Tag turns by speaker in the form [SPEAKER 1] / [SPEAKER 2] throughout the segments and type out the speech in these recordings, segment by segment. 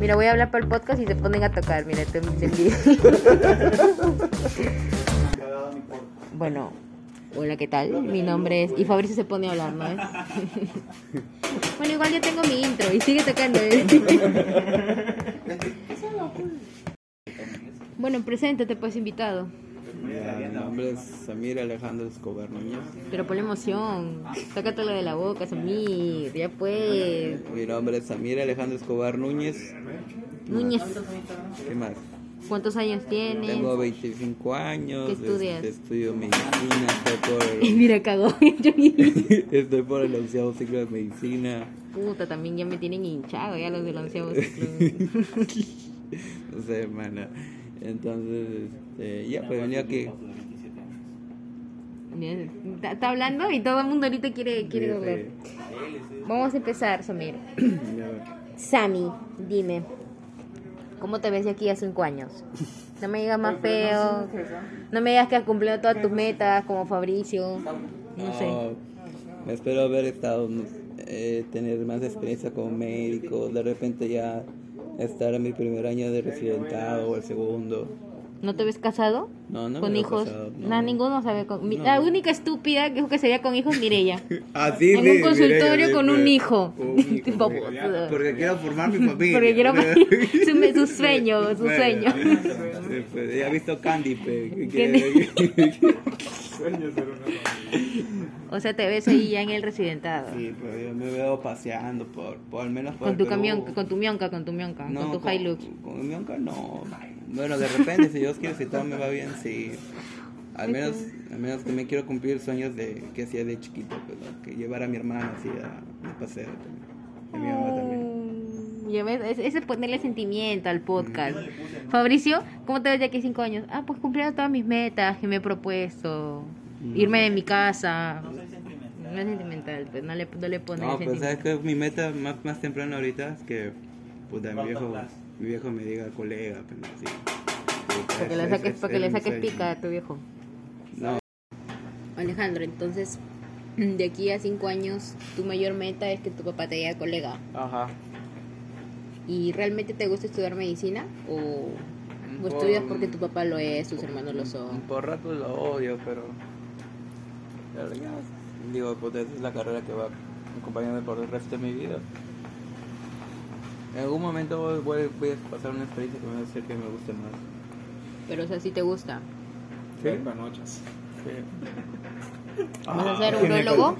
[SPEAKER 1] Mira, voy a hablar para el podcast y se ponen a tocar. Mira, te, te envidio. bueno, hola, ¿qué tal? Mi nombre es. Y Fabricio se pone a hablar, ¿no? bueno, igual yo tengo mi intro y sigue tocando. ¿eh? bueno, preséntate, pues, invitado.
[SPEAKER 2] Mi nombre es Samir Alejandro Escobar Muñoz.
[SPEAKER 1] Pero ponle emoción. Sácatelo de la boca, Samir. Ya pues.
[SPEAKER 2] Mi nombre es Samir Alejandro Escobar Núñez.
[SPEAKER 1] Núñez,
[SPEAKER 2] ¿Qué más?
[SPEAKER 1] ¿cuántos años tienes?
[SPEAKER 2] Tengo 25 años.
[SPEAKER 1] ¿Qué estudias?
[SPEAKER 2] este, estudio medicina. Estoy
[SPEAKER 1] Mira, cagó. Yo ni-
[SPEAKER 2] por el, estoy por el onceavo ciclo de medicina.
[SPEAKER 1] Puta, también ya me tienen hinchado ya los del onceavo
[SPEAKER 2] No sé, hermana. Entonces, este, ya, pues venía aquí.
[SPEAKER 1] Está está hablando y todo el mundo ahorita quiere, quiere hablar. Vamos a empezar, Samir. Sami, dime. ¿Cómo te ves de aquí a cinco años? No me digas más feo. Pues, No me digas que has cumplido todas tus metas como Fabricio. No
[SPEAKER 2] Ah.
[SPEAKER 1] sé.
[SPEAKER 2] me espero haber estado, no sé, eh, tener más experiencia como médico, de repente ya estar en mi primer año de residentado o el segundo.
[SPEAKER 1] ¿No te ves casado?
[SPEAKER 2] No, no me
[SPEAKER 1] con
[SPEAKER 2] veo
[SPEAKER 1] hijos.
[SPEAKER 2] casado, no.
[SPEAKER 1] Nada, ninguno sabe. Con... mi- La única estúpida que dijo que se veía con hijos, Mireya.
[SPEAKER 2] Así
[SPEAKER 1] En un consultorio con un hijo. Tipo, puta.
[SPEAKER 2] Porque quiero formar mi familia.
[SPEAKER 1] Porque quiero su, su sueño, su sueño.
[SPEAKER 2] Sí, pues, ya he visto Candy, pe, que-
[SPEAKER 1] ¿Qué-
[SPEAKER 2] que-
[SPEAKER 1] O sea, te ves ahí ya en el residentado.
[SPEAKER 2] Sí, pero yo me veo paseando por, por al menos por
[SPEAKER 1] Con tu
[SPEAKER 2] Perú.
[SPEAKER 1] camión, con tu mionca, con tu mionca,
[SPEAKER 2] No,
[SPEAKER 1] con tu Hilux.
[SPEAKER 2] Con mi Onca no. Bueno, de repente, si Dios quiere, si todo me va bien, sí. Al menos, al menos que me quiero cumplir sueños de que hacía de chiquito, pues, ¿no? que llevar a mi hermana así a, de paseo también. Y a mi mamá también.
[SPEAKER 1] Mm, ya ves, es- ese es ponerle sentimiento al podcast.
[SPEAKER 2] Mm.
[SPEAKER 1] Fabricio, ¿cómo te ves de aquí a cinco años? Ah, pues cumpliendo todas mis metas que me he propuesto. Irme de mi casa. No es sentimental, pues no le, no le pones
[SPEAKER 2] No, pues
[SPEAKER 1] sentimiento.
[SPEAKER 2] sabes que mi meta más, más temprano ahorita es que puta, mi, viejo, mi viejo me diga colega, pues, pero así.
[SPEAKER 1] Para que le saques, para que le saques pica a tu viejo.
[SPEAKER 2] No,
[SPEAKER 1] Alejandro, entonces, de aquí a cinco años, tu mayor meta es que tu papá te diga colega.
[SPEAKER 2] ajá.
[SPEAKER 1] ¿Y realmente te gusta estudiar medicina? ¿O, o estudias porque tu papá lo es, tus hermanos lo son?
[SPEAKER 2] Por rato lo odio, pero. pero ya, digo, pues esa es la carrera que va acompañando por el resto de mi vida. En algún momento voy, voy- voy a pasar una experiencia que me va a hacer que me guste más.
[SPEAKER 1] Pero o sea, sí te gusta.
[SPEAKER 2] ¿Sí?
[SPEAKER 3] noches.
[SPEAKER 1] ¿Vas
[SPEAKER 2] Ah,
[SPEAKER 1] a ser urólogo?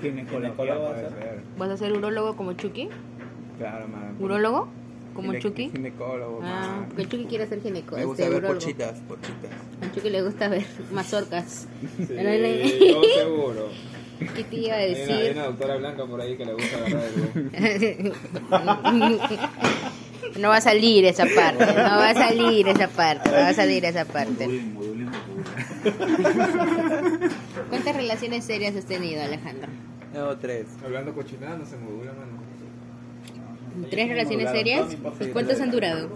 [SPEAKER 3] Ginecología va a ser.
[SPEAKER 1] ¿Vas a ser urólogo como Chucky?
[SPEAKER 2] Claro, man.
[SPEAKER 1] ¿Urólogo? ¿Como
[SPEAKER 2] Gine-
[SPEAKER 1] Chucky?
[SPEAKER 2] Ginecólogo,
[SPEAKER 1] Ah,
[SPEAKER 2] man.
[SPEAKER 1] porque Chucky quiere ser gineco.
[SPEAKER 2] Me gusta
[SPEAKER 1] este,
[SPEAKER 2] ver
[SPEAKER 1] urólogo.
[SPEAKER 2] porchitas, porchitas.
[SPEAKER 1] A Chucky le gusta ver mazorcas.
[SPEAKER 3] Sí,
[SPEAKER 1] Pero él-
[SPEAKER 3] yo seguro.
[SPEAKER 1] ¿Qué te iba a
[SPEAKER 3] Hay una, hay
[SPEAKER 1] decir?
[SPEAKER 3] una doctora blanca por ahí que le gusta agarrar el huevo.
[SPEAKER 1] No va a salir esa parte, no va a salir esa parte, no va a salir esa parte. ¿Cuántas relaciones serias has tenido, Alejandro?
[SPEAKER 2] No, tres.
[SPEAKER 3] Hablando cochinada no se modula, mano.
[SPEAKER 1] ¿Tres relaciones serias? ¿Y cuántas han durado?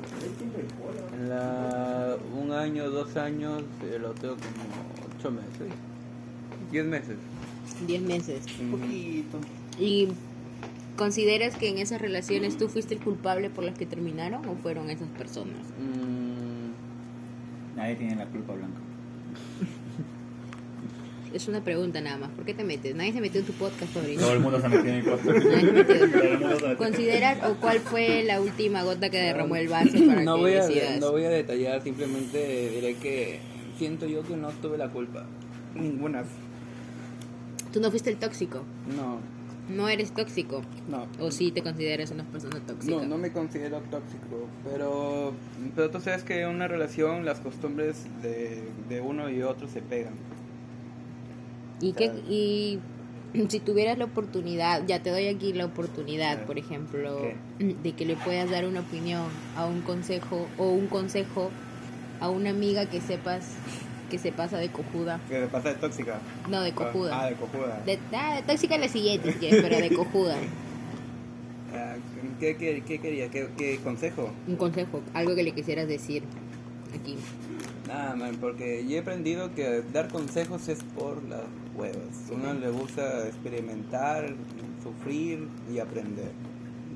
[SPEAKER 2] En la, un año, dos años, eh, lo tengo como ocho meses. Diez meses.
[SPEAKER 1] Diez meses.
[SPEAKER 2] Poquito.
[SPEAKER 1] ¿Y consideras que en esas relaciones tú fuiste el culpable por las que terminaron o fueron esas personas?
[SPEAKER 2] Mm,
[SPEAKER 4] Nadie tiene la culpa, Blanco.
[SPEAKER 1] Es una pregunta nada más. ¿Por qué te metes? Nadie se metió en tu podcast,
[SPEAKER 4] Todo
[SPEAKER 1] Fabricio.
[SPEAKER 4] el mundo se metió en mi cuarto.
[SPEAKER 1] Nadie se metió.
[SPEAKER 4] Todo el mundo se metió.
[SPEAKER 1] ¿Consideras o cuál fue la última gota que derramó el vaso para
[SPEAKER 2] no
[SPEAKER 1] que
[SPEAKER 2] voy a
[SPEAKER 1] decidas?
[SPEAKER 2] no voy a detallar simplemente diré que siento yo que no tuve la culpa ninguna
[SPEAKER 1] Tú no fuiste el tóxico.
[SPEAKER 2] no
[SPEAKER 1] No eres tóxico.
[SPEAKER 2] no
[SPEAKER 1] O sí te consideras una persona tóxica.
[SPEAKER 2] no no me considero tóxico pero pero tú sabes que en una relación las costumbres de, de uno y otro se pegan
[SPEAKER 1] ¿Y, qué, y si tuvieras la oportunidad, ya te doy aquí la oportunidad, por ejemplo, de que le puedas dar una opinión a un consejo o un consejo a una amiga que sepas que se pasa de cojuda.
[SPEAKER 3] Que le pasa de tóxica.
[SPEAKER 1] No, de cojuda.
[SPEAKER 3] Ah, de cojuda.
[SPEAKER 1] De, ah, de tóxica la siguiente, si quieres, pero de cojuda.
[SPEAKER 2] Ah, ¿Qué, qué, qué quería? ¿Qué, qué consejo?
[SPEAKER 1] Un consejo, algo que le quisieras decir aquí.
[SPEAKER 2] Nada, man, porque yo he aprendido que dar consejos es por las huevas. Uno le gusta experimentar, sufrir y aprender.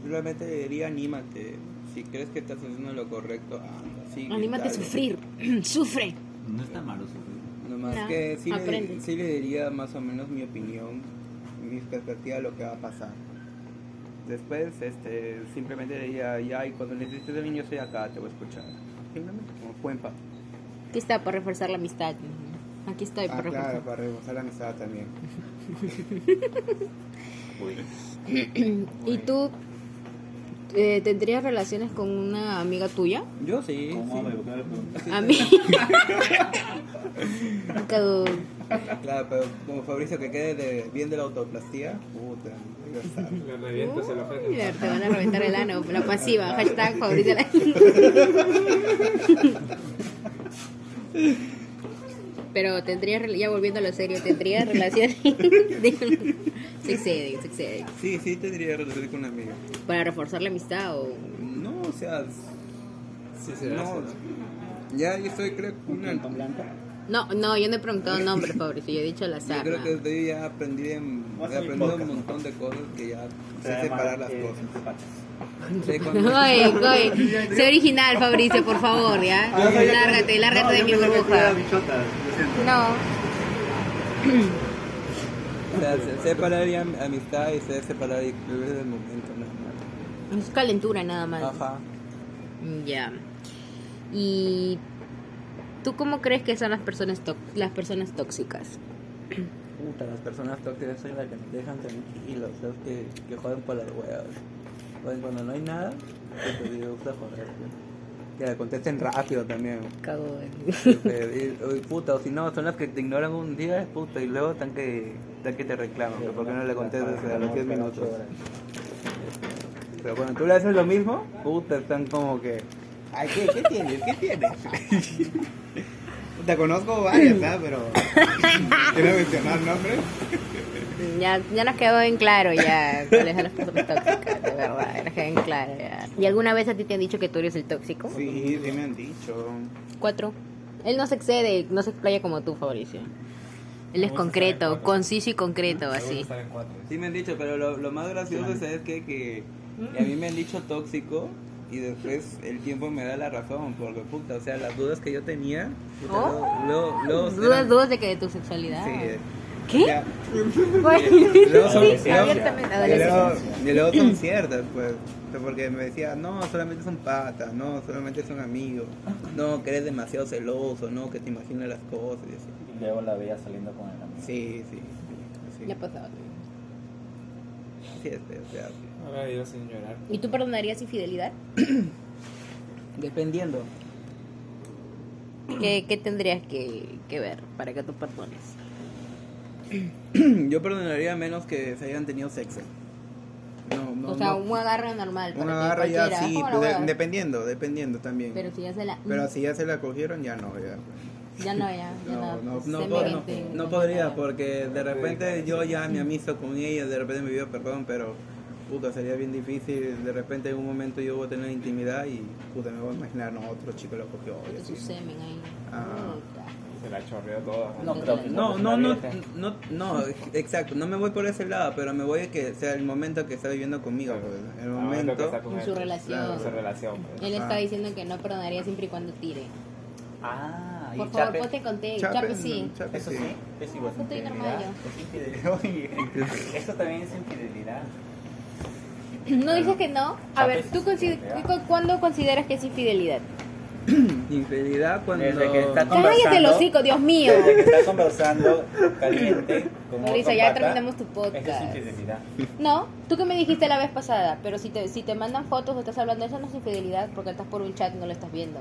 [SPEAKER 2] Simplemente diría anímate. si crees que estás haciendo lo correcto, anda, sigue,
[SPEAKER 1] Anímate a
[SPEAKER 2] dale.
[SPEAKER 1] sufrir. Sufre.
[SPEAKER 4] No está malo sufrir.
[SPEAKER 2] Nomás
[SPEAKER 1] No,
[SPEAKER 2] que sí
[SPEAKER 1] aprende.
[SPEAKER 2] le, sí le diría más o menos mi opinión, mi perspectiva de lo que va a pasar. Después, este, simplemente le diría, ya, y cuando necesites de mí, yo estoy acá, te voy a escuchar. Simplemente como cuenpa.
[SPEAKER 1] Aquí está para reforzar la amistad. Ujú. Aquí estoy para
[SPEAKER 3] Ah, claro,
[SPEAKER 1] reforzar.
[SPEAKER 3] para reforzar la amistad también.
[SPEAKER 1] ¿Y tú eh, tendrías relaciones con una amiga tuya?
[SPEAKER 2] Yo sí,
[SPEAKER 4] ¿Cómo me
[SPEAKER 2] sí.
[SPEAKER 4] buscar pregunta?
[SPEAKER 1] A mí. Nunca dud-
[SPEAKER 2] ah, Claro, pero como Fabricio que quede de- bien de la autoplastía, puta, ya sabes.
[SPEAKER 3] Le revientas el
[SPEAKER 1] Uy,
[SPEAKER 3] objeto.
[SPEAKER 1] a ver, te van a reventar el ano, la pasiva, hashtag favorita la... Pero tendría, rel- ya volviendo a lo serio, tendría relaciones... de- se excede, se excede.
[SPEAKER 2] Sí, sí, tendría relación con una amiga.
[SPEAKER 1] Para reforzar la amistad o...
[SPEAKER 2] No, o sea,
[SPEAKER 3] Sí,
[SPEAKER 2] no. Ya, yo estoy, creo, que una,
[SPEAKER 4] ¿Con blanca?
[SPEAKER 1] No, no, yo no he preguntado nombres, favorito, yo he dicho al
[SPEAKER 2] Yo
[SPEAKER 1] azar.
[SPEAKER 2] creo que
[SPEAKER 1] ¿no?
[SPEAKER 2] desde ahí ya aprendí, en-
[SPEAKER 4] Va a
[SPEAKER 2] he
[SPEAKER 4] ser mi
[SPEAKER 2] aprendido un
[SPEAKER 4] podcast.
[SPEAKER 2] montón de cosas que ya sé separar
[SPEAKER 4] eh,
[SPEAKER 2] las cosas. Sé cuando-
[SPEAKER 1] Oye, oye, sé original, Fabricio, por favor, ¿ya? Lárgate, lárgate de mi burbuja. No,
[SPEAKER 2] o sea, sé separar ya am- amistad y sé separar y vivir del momento. nada
[SPEAKER 1] es calentura nada más.
[SPEAKER 2] más. Ajá.
[SPEAKER 1] Ya. ¿Y tú cómo crees que son las personas tox- las personas tóxicas?
[SPEAKER 2] Puta, las personas tóxicas son las que me dejan tranquilos, las que, que joden por las huevas. Joden cuando no hay nada, que te gusta joder. ¿no? Que le contesten rápido también.
[SPEAKER 1] Cago en-
[SPEAKER 2] Este, y- uy, puta, o si no, son las que te ignoran un día, puta, y luego están que, están que te reclaman, que por qué no le contestas a los 10 minutos. Pero cuando tú le haces lo mismo, puta, están como que... Ay, ¿qué, qué tienes? ¿Qué tienes?
[SPEAKER 3] Te conozco varias, ¿sabes? Pero. Quiero mencionar nombres.
[SPEAKER 1] Ya, ya nos quedó en claro ya cuáles son las personas tóxicas, de verdad, ya nos quedó en claro ya. ¿Y alguna vez a ti te han dicho que tú eres el tóxico?
[SPEAKER 3] Sí, sí me han dicho.
[SPEAKER 1] Cuatro. Él no se excede, no se explaya como tú, Fabricio. Él es
[SPEAKER 3] Vamos a estar en
[SPEAKER 1] concreto,
[SPEAKER 3] cuatro.
[SPEAKER 1] conciso y
[SPEAKER 2] Mm,
[SPEAKER 1] concreto, así.
[SPEAKER 3] Seguro saben cuatro.
[SPEAKER 2] Sí me han dicho, pero lo, lo más gracioso es que, que
[SPEAKER 1] Mm.
[SPEAKER 2] que a mí me han dicho tóxico y después el tiempo me da la razón, porque puta, o sea, las dudas que yo tenía, puta,
[SPEAKER 1] Oh.
[SPEAKER 2] luego, luego, luego
[SPEAKER 1] Dudas,
[SPEAKER 2] eran-
[SPEAKER 1] dudas de que de tu sexualidad.
[SPEAKER 2] Sí, eh,
[SPEAKER 1] ¿Qué?
[SPEAKER 2] o sea,
[SPEAKER 1] Bueno,
[SPEAKER 2] son-
[SPEAKER 1] sí,
[SPEAKER 2] son-
[SPEAKER 1] abiertamente, Mm.
[SPEAKER 2] Y luego,
[SPEAKER 1] adolescencia.
[SPEAKER 2] y luego son ciertas, pues. o sea, Porque me decía, no, solamente son patas, no, solamente son amigos, no, que eres demasiado celoso, no, que te imaginas las cosas. Y así.
[SPEAKER 4] Y luego la veía saliendo con el amigo.
[SPEAKER 2] Sí, sí, sí.
[SPEAKER 1] Ya pues. ha pasado.
[SPEAKER 2] Sí, este, o sea,
[SPEAKER 3] Ahora yo sin llorar.
[SPEAKER 1] ¿Y tú perdonarías infidelidad?
[SPEAKER 2] Dependiendo.
[SPEAKER 1] ¿Qué, qué tendrías que, que ver para que tú perdones?
[SPEAKER 2] Yo perdonaría menos que se hayan tenido sexo. No, no.
[SPEAKER 1] o sea,
[SPEAKER 2] no.
[SPEAKER 1] un agarre normal.
[SPEAKER 2] Un
[SPEAKER 1] para ti,
[SPEAKER 2] agarre ya
[SPEAKER 1] cualquiera.
[SPEAKER 2] sí,
[SPEAKER 1] ¿Cómo la
[SPEAKER 2] pues, de-
[SPEAKER 1] huevas?
[SPEAKER 2] dependiendo, dependiendo también.
[SPEAKER 1] Pero si ya se la.
[SPEAKER 2] Pero si ya se la cogieron, ya no, ya.
[SPEAKER 1] Ya no, ya. ya pues,
[SPEAKER 2] No, no,
[SPEAKER 1] se
[SPEAKER 2] no,
[SPEAKER 1] me
[SPEAKER 2] po- no,
[SPEAKER 1] vente,
[SPEAKER 2] no
[SPEAKER 1] ya
[SPEAKER 2] podría
[SPEAKER 1] nada.
[SPEAKER 2] porque de repente yo ya me amisto con ella, de repente me pidió perdón, pero puta, sería bien difícil. De repente en un momento yo voy a tener intimidad y puta, me voy a imaginar, no, otro chico lo cogió. y
[SPEAKER 1] Porque
[SPEAKER 2] así.
[SPEAKER 1] su semen ahí.
[SPEAKER 2] Ah.
[SPEAKER 1] Puta.
[SPEAKER 3] Se la chorreó toda.
[SPEAKER 4] No creo que
[SPEAKER 2] No,
[SPEAKER 4] sea
[SPEAKER 2] no, no,
[SPEAKER 4] virgen.
[SPEAKER 2] no, no, exacto, no me voy por ese lado, pero me voy a que sea el momento que está viviendo conmigo, pues, el
[SPEAKER 3] Ah, es lo que está
[SPEAKER 2] momento.
[SPEAKER 3] con
[SPEAKER 1] En su
[SPEAKER 3] él.
[SPEAKER 1] relación.
[SPEAKER 3] Claro, en su relación. pues.
[SPEAKER 1] Él está
[SPEAKER 2] Ah.
[SPEAKER 1] diciendo que no perdonaría siempre y cuando tire.
[SPEAKER 4] Ah, y
[SPEAKER 1] Por favor,
[SPEAKER 4] Chape.
[SPEAKER 1] ponte con Chape,
[SPEAKER 2] Chape,
[SPEAKER 1] sí.
[SPEAKER 2] Chape,
[SPEAKER 4] Eso
[SPEAKER 2] sí.
[SPEAKER 4] sí, es igual.
[SPEAKER 1] Yo estoy normal,
[SPEAKER 4] Es infidelidad. Oye, Eso también es infidelidad.
[SPEAKER 1] No dices que no. A
[SPEAKER 4] Chape
[SPEAKER 1] ver,
[SPEAKER 4] es
[SPEAKER 1] ¿tú consi-
[SPEAKER 4] infidelidad.
[SPEAKER 1] cu- cuándo consideras que es infidelidad?
[SPEAKER 2] Infidelidad cuando...
[SPEAKER 4] Desde que está con- Conversando.
[SPEAKER 1] Cállate el hocico, Dios mío.
[SPEAKER 4] Desde que está conversando caliente con
[SPEAKER 1] Mauricio,
[SPEAKER 4] otro
[SPEAKER 1] ya
[SPEAKER 4] pata,
[SPEAKER 1] terminamos tu podcast.
[SPEAKER 4] Eso es infidelidad.
[SPEAKER 1] No, tú que me dijiste la vez pasada, pero si te, si te mandan fotos o estás hablando, eso no es infidelidad porque estás por un chat y no lo estás viendo.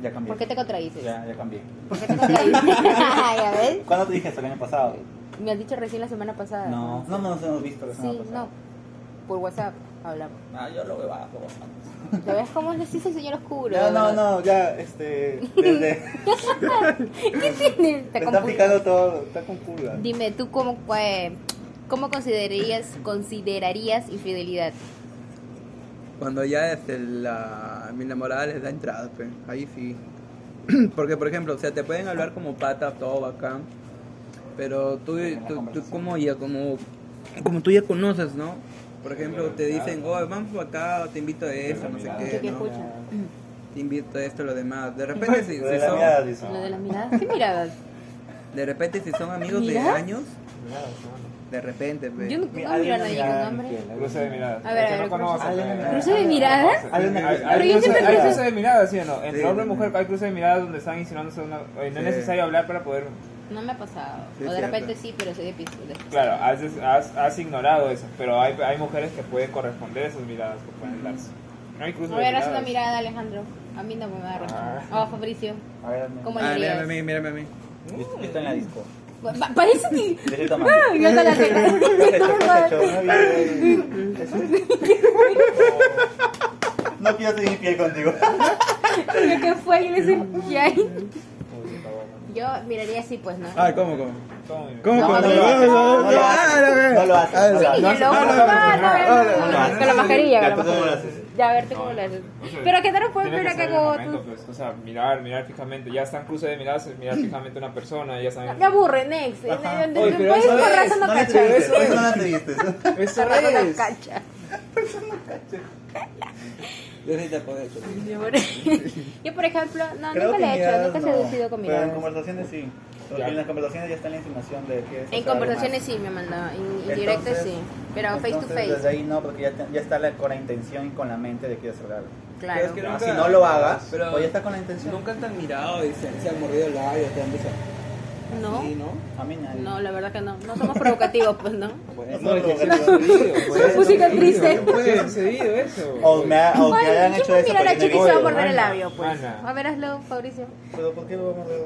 [SPEAKER 4] Ya cambié.
[SPEAKER 1] ¿Por qué te contradices?
[SPEAKER 4] Ya, ya cambié.
[SPEAKER 1] ¿Por qué te contradices? ¿Ya ves?
[SPEAKER 4] ¿Cuándo te dije eso? ¿El año pasado?
[SPEAKER 1] Me has dicho recién la semana pasada.
[SPEAKER 4] No, no nos hemos visto la semana
[SPEAKER 1] Ah, Sí, no.
[SPEAKER 4] pasada.
[SPEAKER 1] Por WhatsApp hablamos.
[SPEAKER 4] Ah, yo lo veo bajo.
[SPEAKER 1] ¿Te ves cómo le dice el señor oscuro?
[SPEAKER 4] No, no, no, ya, este, desde,
[SPEAKER 1] Te
[SPEAKER 4] te está
[SPEAKER 1] confundes.
[SPEAKER 4] aplicando todo, está con curva.
[SPEAKER 1] Dime, ¿tú cómo, eh, cómo considerarías, considerarías infidelidad?
[SPEAKER 2] Cuando ya este, la, mi enamorada les da entrada, pues, ahí sí. Porque, por ejemplo, o sea, te pueden hablar como pata, todo bacán, pero tú, tú, tú como, ya, como, como tú ya conoces, ¿no? Por ejemplo, te dicen, oh, vamos para acá, o te invito a esto, no sé
[SPEAKER 1] ¿Qué, qué
[SPEAKER 2] qué, ¿no?
[SPEAKER 1] escucha?
[SPEAKER 2] Te invito a esto, lo demás. De repente, si,
[SPEAKER 4] Lo de
[SPEAKER 2] si
[SPEAKER 4] la mirada,
[SPEAKER 2] son,
[SPEAKER 4] dice.
[SPEAKER 1] ¿Lo de las miradas? ¿Qué miradas?
[SPEAKER 2] de repente, si son amigos de
[SPEAKER 1] ¿Mira?
[SPEAKER 2] años, de repente, pues,
[SPEAKER 1] Yo no puedo mirar a nadie con hambre.
[SPEAKER 3] Cruce de miradas.
[SPEAKER 1] A ver,
[SPEAKER 3] El que
[SPEAKER 1] a ver,
[SPEAKER 3] no conoce,
[SPEAKER 4] cruce-
[SPEAKER 3] pues.
[SPEAKER 1] ¿Cruce de miradas?
[SPEAKER 3] Hay, hay-
[SPEAKER 1] Pero
[SPEAKER 3] hay
[SPEAKER 1] yo
[SPEAKER 3] cruce,
[SPEAKER 1] siempre
[SPEAKER 3] hay
[SPEAKER 1] cruzo-
[SPEAKER 3] cruce de miradas, ¿sí o no? Entre
[SPEAKER 2] Sí.
[SPEAKER 3] hombre y mujer hay cruce de miradas donde están insinuándose una... eh, no es
[SPEAKER 2] Sí.
[SPEAKER 3] necesario hablar para poder...
[SPEAKER 1] No me ha pasado.
[SPEAKER 2] Sí,
[SPEAKER 1] o de
[SPEAKER 2] cierto.
[SPEAKER 1] repente sí, pero soy de pistola.
[SPEAKER 3] Claro, has, des- has, has ignorado eso, pero hay, hay mujeres que pueden corresponder a esas miradas que pueden darse. No hay cruce
[SPEAKER 1] A
[SPEAKER 3] de
[SPEAKER 1] ver, haz
[SPEAKER 3] miradas.
[SPEAKER 1] una mirada, Alejandro. A mí no me agarra. Ah, Fabricio.
[SPEAKER 4] A ver, hazme.
[SPEAKER 1] ¿Cómo le
[SPEAKER 2] ah, mírame a
[SPEAKER 1] harías?
[SPEAKER 2] mí, mírame a mí.
[SPEAKER 4] Yo estoy en la disco.
[SPEAKER 1] Pa- pa- Parece que...
[SPEAKER 4] De ese tamaño.
[SPEAKER 1] Ah, yo con la tecla.
[SPEAKER 4] No quiero seguir piel contigo.
[SPEAKER 1] Lo que fue y le dije, "Ya". Yo miraría así, pues, ¿no?
[SPEAKER 2] Ah, ¿cómo, cómo?
[SPEAKER 3] Toma, mira.
[SPEAKER 2] ¿Cómo,
[SPEAKER 1] No,
[SPEAKER 2] cómo?
[SPEAKER 1] no, no, no,
[SPEAKER 4] no lo haces, no lo haces, no lo
[SPEAKER 1] Sí,
[SPEAKER 4] haces.
[SPEAKER 1] ni el ojo.
[SPEAKER 4] no,
[SPEAKER 1] No, no,
[SPEAKER 4] no,
[SPEAKER 1] no,
[SPEAKER 4] no, no, no,
[SPEAKER 1] no,
[SPEAKER 4] no,
[SPEAKER 1] Con la mascarilla,
[SPEAKER 4] Ya,
[SPEAKER 1] con la
[SPEAKER 4] tú cómo lo
[SPEAKER 1] mascarilla.
[SPEAKER 4] haces.
[SPEAKER 1] Ya, a ver, tú cómo lo haces. Pero que te no puedes
[SPEAKER 3] Ah,
[SPEAKER 1] ver
[SPEAKER 3] Tiene que
[SPEAKER 1] acá
[SPEAKER 3] ser el
[SPEAKER 1] como
[SPEAKER 3] momento,
[SPEAKER 1] tú.
[SPEAKER 3] pues, o sea, mirar, mirar fijamente. Ya están cruce de miradas, es
[SPEAKER 1] Mm.
[SPEAKER 3] mirar fijamente a una persona, ya saben.
[SPEAKER 1] Me aburre, next.
[SPEAKER 4] Ajá.
[SPEAKER 1] Donde
[SPEAKER 3] Oye,
[SPEAKER 1] me
[SPEAKER 3] pero
[SPEAKER 1] puedes
[SPEAKER 3] eso
[SPEAKER 1] por
[SPEAKER 3] es,
[SPEAKER 1] razón no
[SPEAKER 4] No la
[SPEAKER 1] cachar.
[SPEAKER 4] atreviste,
[SPEAKER 3] Eso es.
[SPEAKER 4] no la atreviste.
[SPEAKER 3] Eso
[SPEAKER 1] Por razón no
[SPEAKER 3] es.
[SPEAKER 1] cacha.
[SPEAKER 2] Yo sí te puedo decir.
[SPEAKER 1] Yo, por- yo, por ejemplo, no, Ah,
[SPEAKER 4] Creo
[SPEAKER 1] nunca
[SPEAKER 4] que
[SPEAKER 1] le he hecho,
[SPEAKER 4] miradas
[SPEAKER 1] nunca he
[SPEAKER 4] no.
[SPEAKER 1] seducido con
[SPEAKER 4] Pero en
[SPEAKER 1] miradas.
[SPEAKER 4] conversaciones sí. Porque
[SPEAKER 3] Ya.
[SPEAKER 4] en las conversaciones ya está la insinuación de que es
[SPEAKER 1] En
[SPEAKER 4] hacer algo
[SPEAKER 1] conversaciones
[SPEAKER 4] más.
[SPEAKER 1] sí me mandaba, en en directo
[SPEAKER 4] Entonces-
[SPEAKER 1] sí, pero face to
[SPEAKER 4] entonces, Desde
[SPEAKER 1] face,
[SPEAKER 4] ahí no, porque ya, te- ya está la- con la intención y con la mente de que hacer algo.
[SPEAKER 1] claro.
[SPEAKER 2] Pero es
[SPEAKER 4] Pero
[SPEAKER 2] Nunca.
[SPEAKER 4] Ah, si no lo hagas,
[SPEAKER 2] Pero-
[SPEAKER 4] o ya está con la intención.
[SPEAKER 2] Nunca te han mirado y se, se han mordido el labio, te han besado.
[SPEAKER 1] No,
[SPEAKER 2] Sí, ¿no?
[SPEAKER 4] A mí nadie.
[SPEAKER 1] no, la verdad que no, no somos provocativos, pues no.
[SPEAKER 2] Bueno,
[SPEAKER 4] No,
[SPEAKER 2] es que
[SPEAKER 4] no,
[SPEAKER 2] sí ha sucedido, pues.
[SPEAKER 1] Su música triste.
[SPEAKER 3] ¿Por qué ha sucedido eso?
[SPEAKER 4] O, me ha, o que
[SPEAKER 1] Ay,
[SPEAKER 4] Ah, hayan
[SPEAKER 1] yo
[SPEAKER 4] hecho
[SPEAKER 1] puedo
[SPEAKER 4] eso.
[SPEAKER 1] mirar a la
[SPEAKER 4] porque
[SPEAKER 1] chica y
[SPEAKER 4] no
[SPEAKER 1] se va a
[SPEAKER 4] digo,
[SPEAKER 1] morder el
[SPEAKER 3] Ana,
[SPEAKER 1] labio, pues.
[SPEAKER 3] Ana.
[SPEAKER 1] A ver, hazlo, Fabricio.
[SPEAKER 4] Pero ¿por qué lo vamos a ver?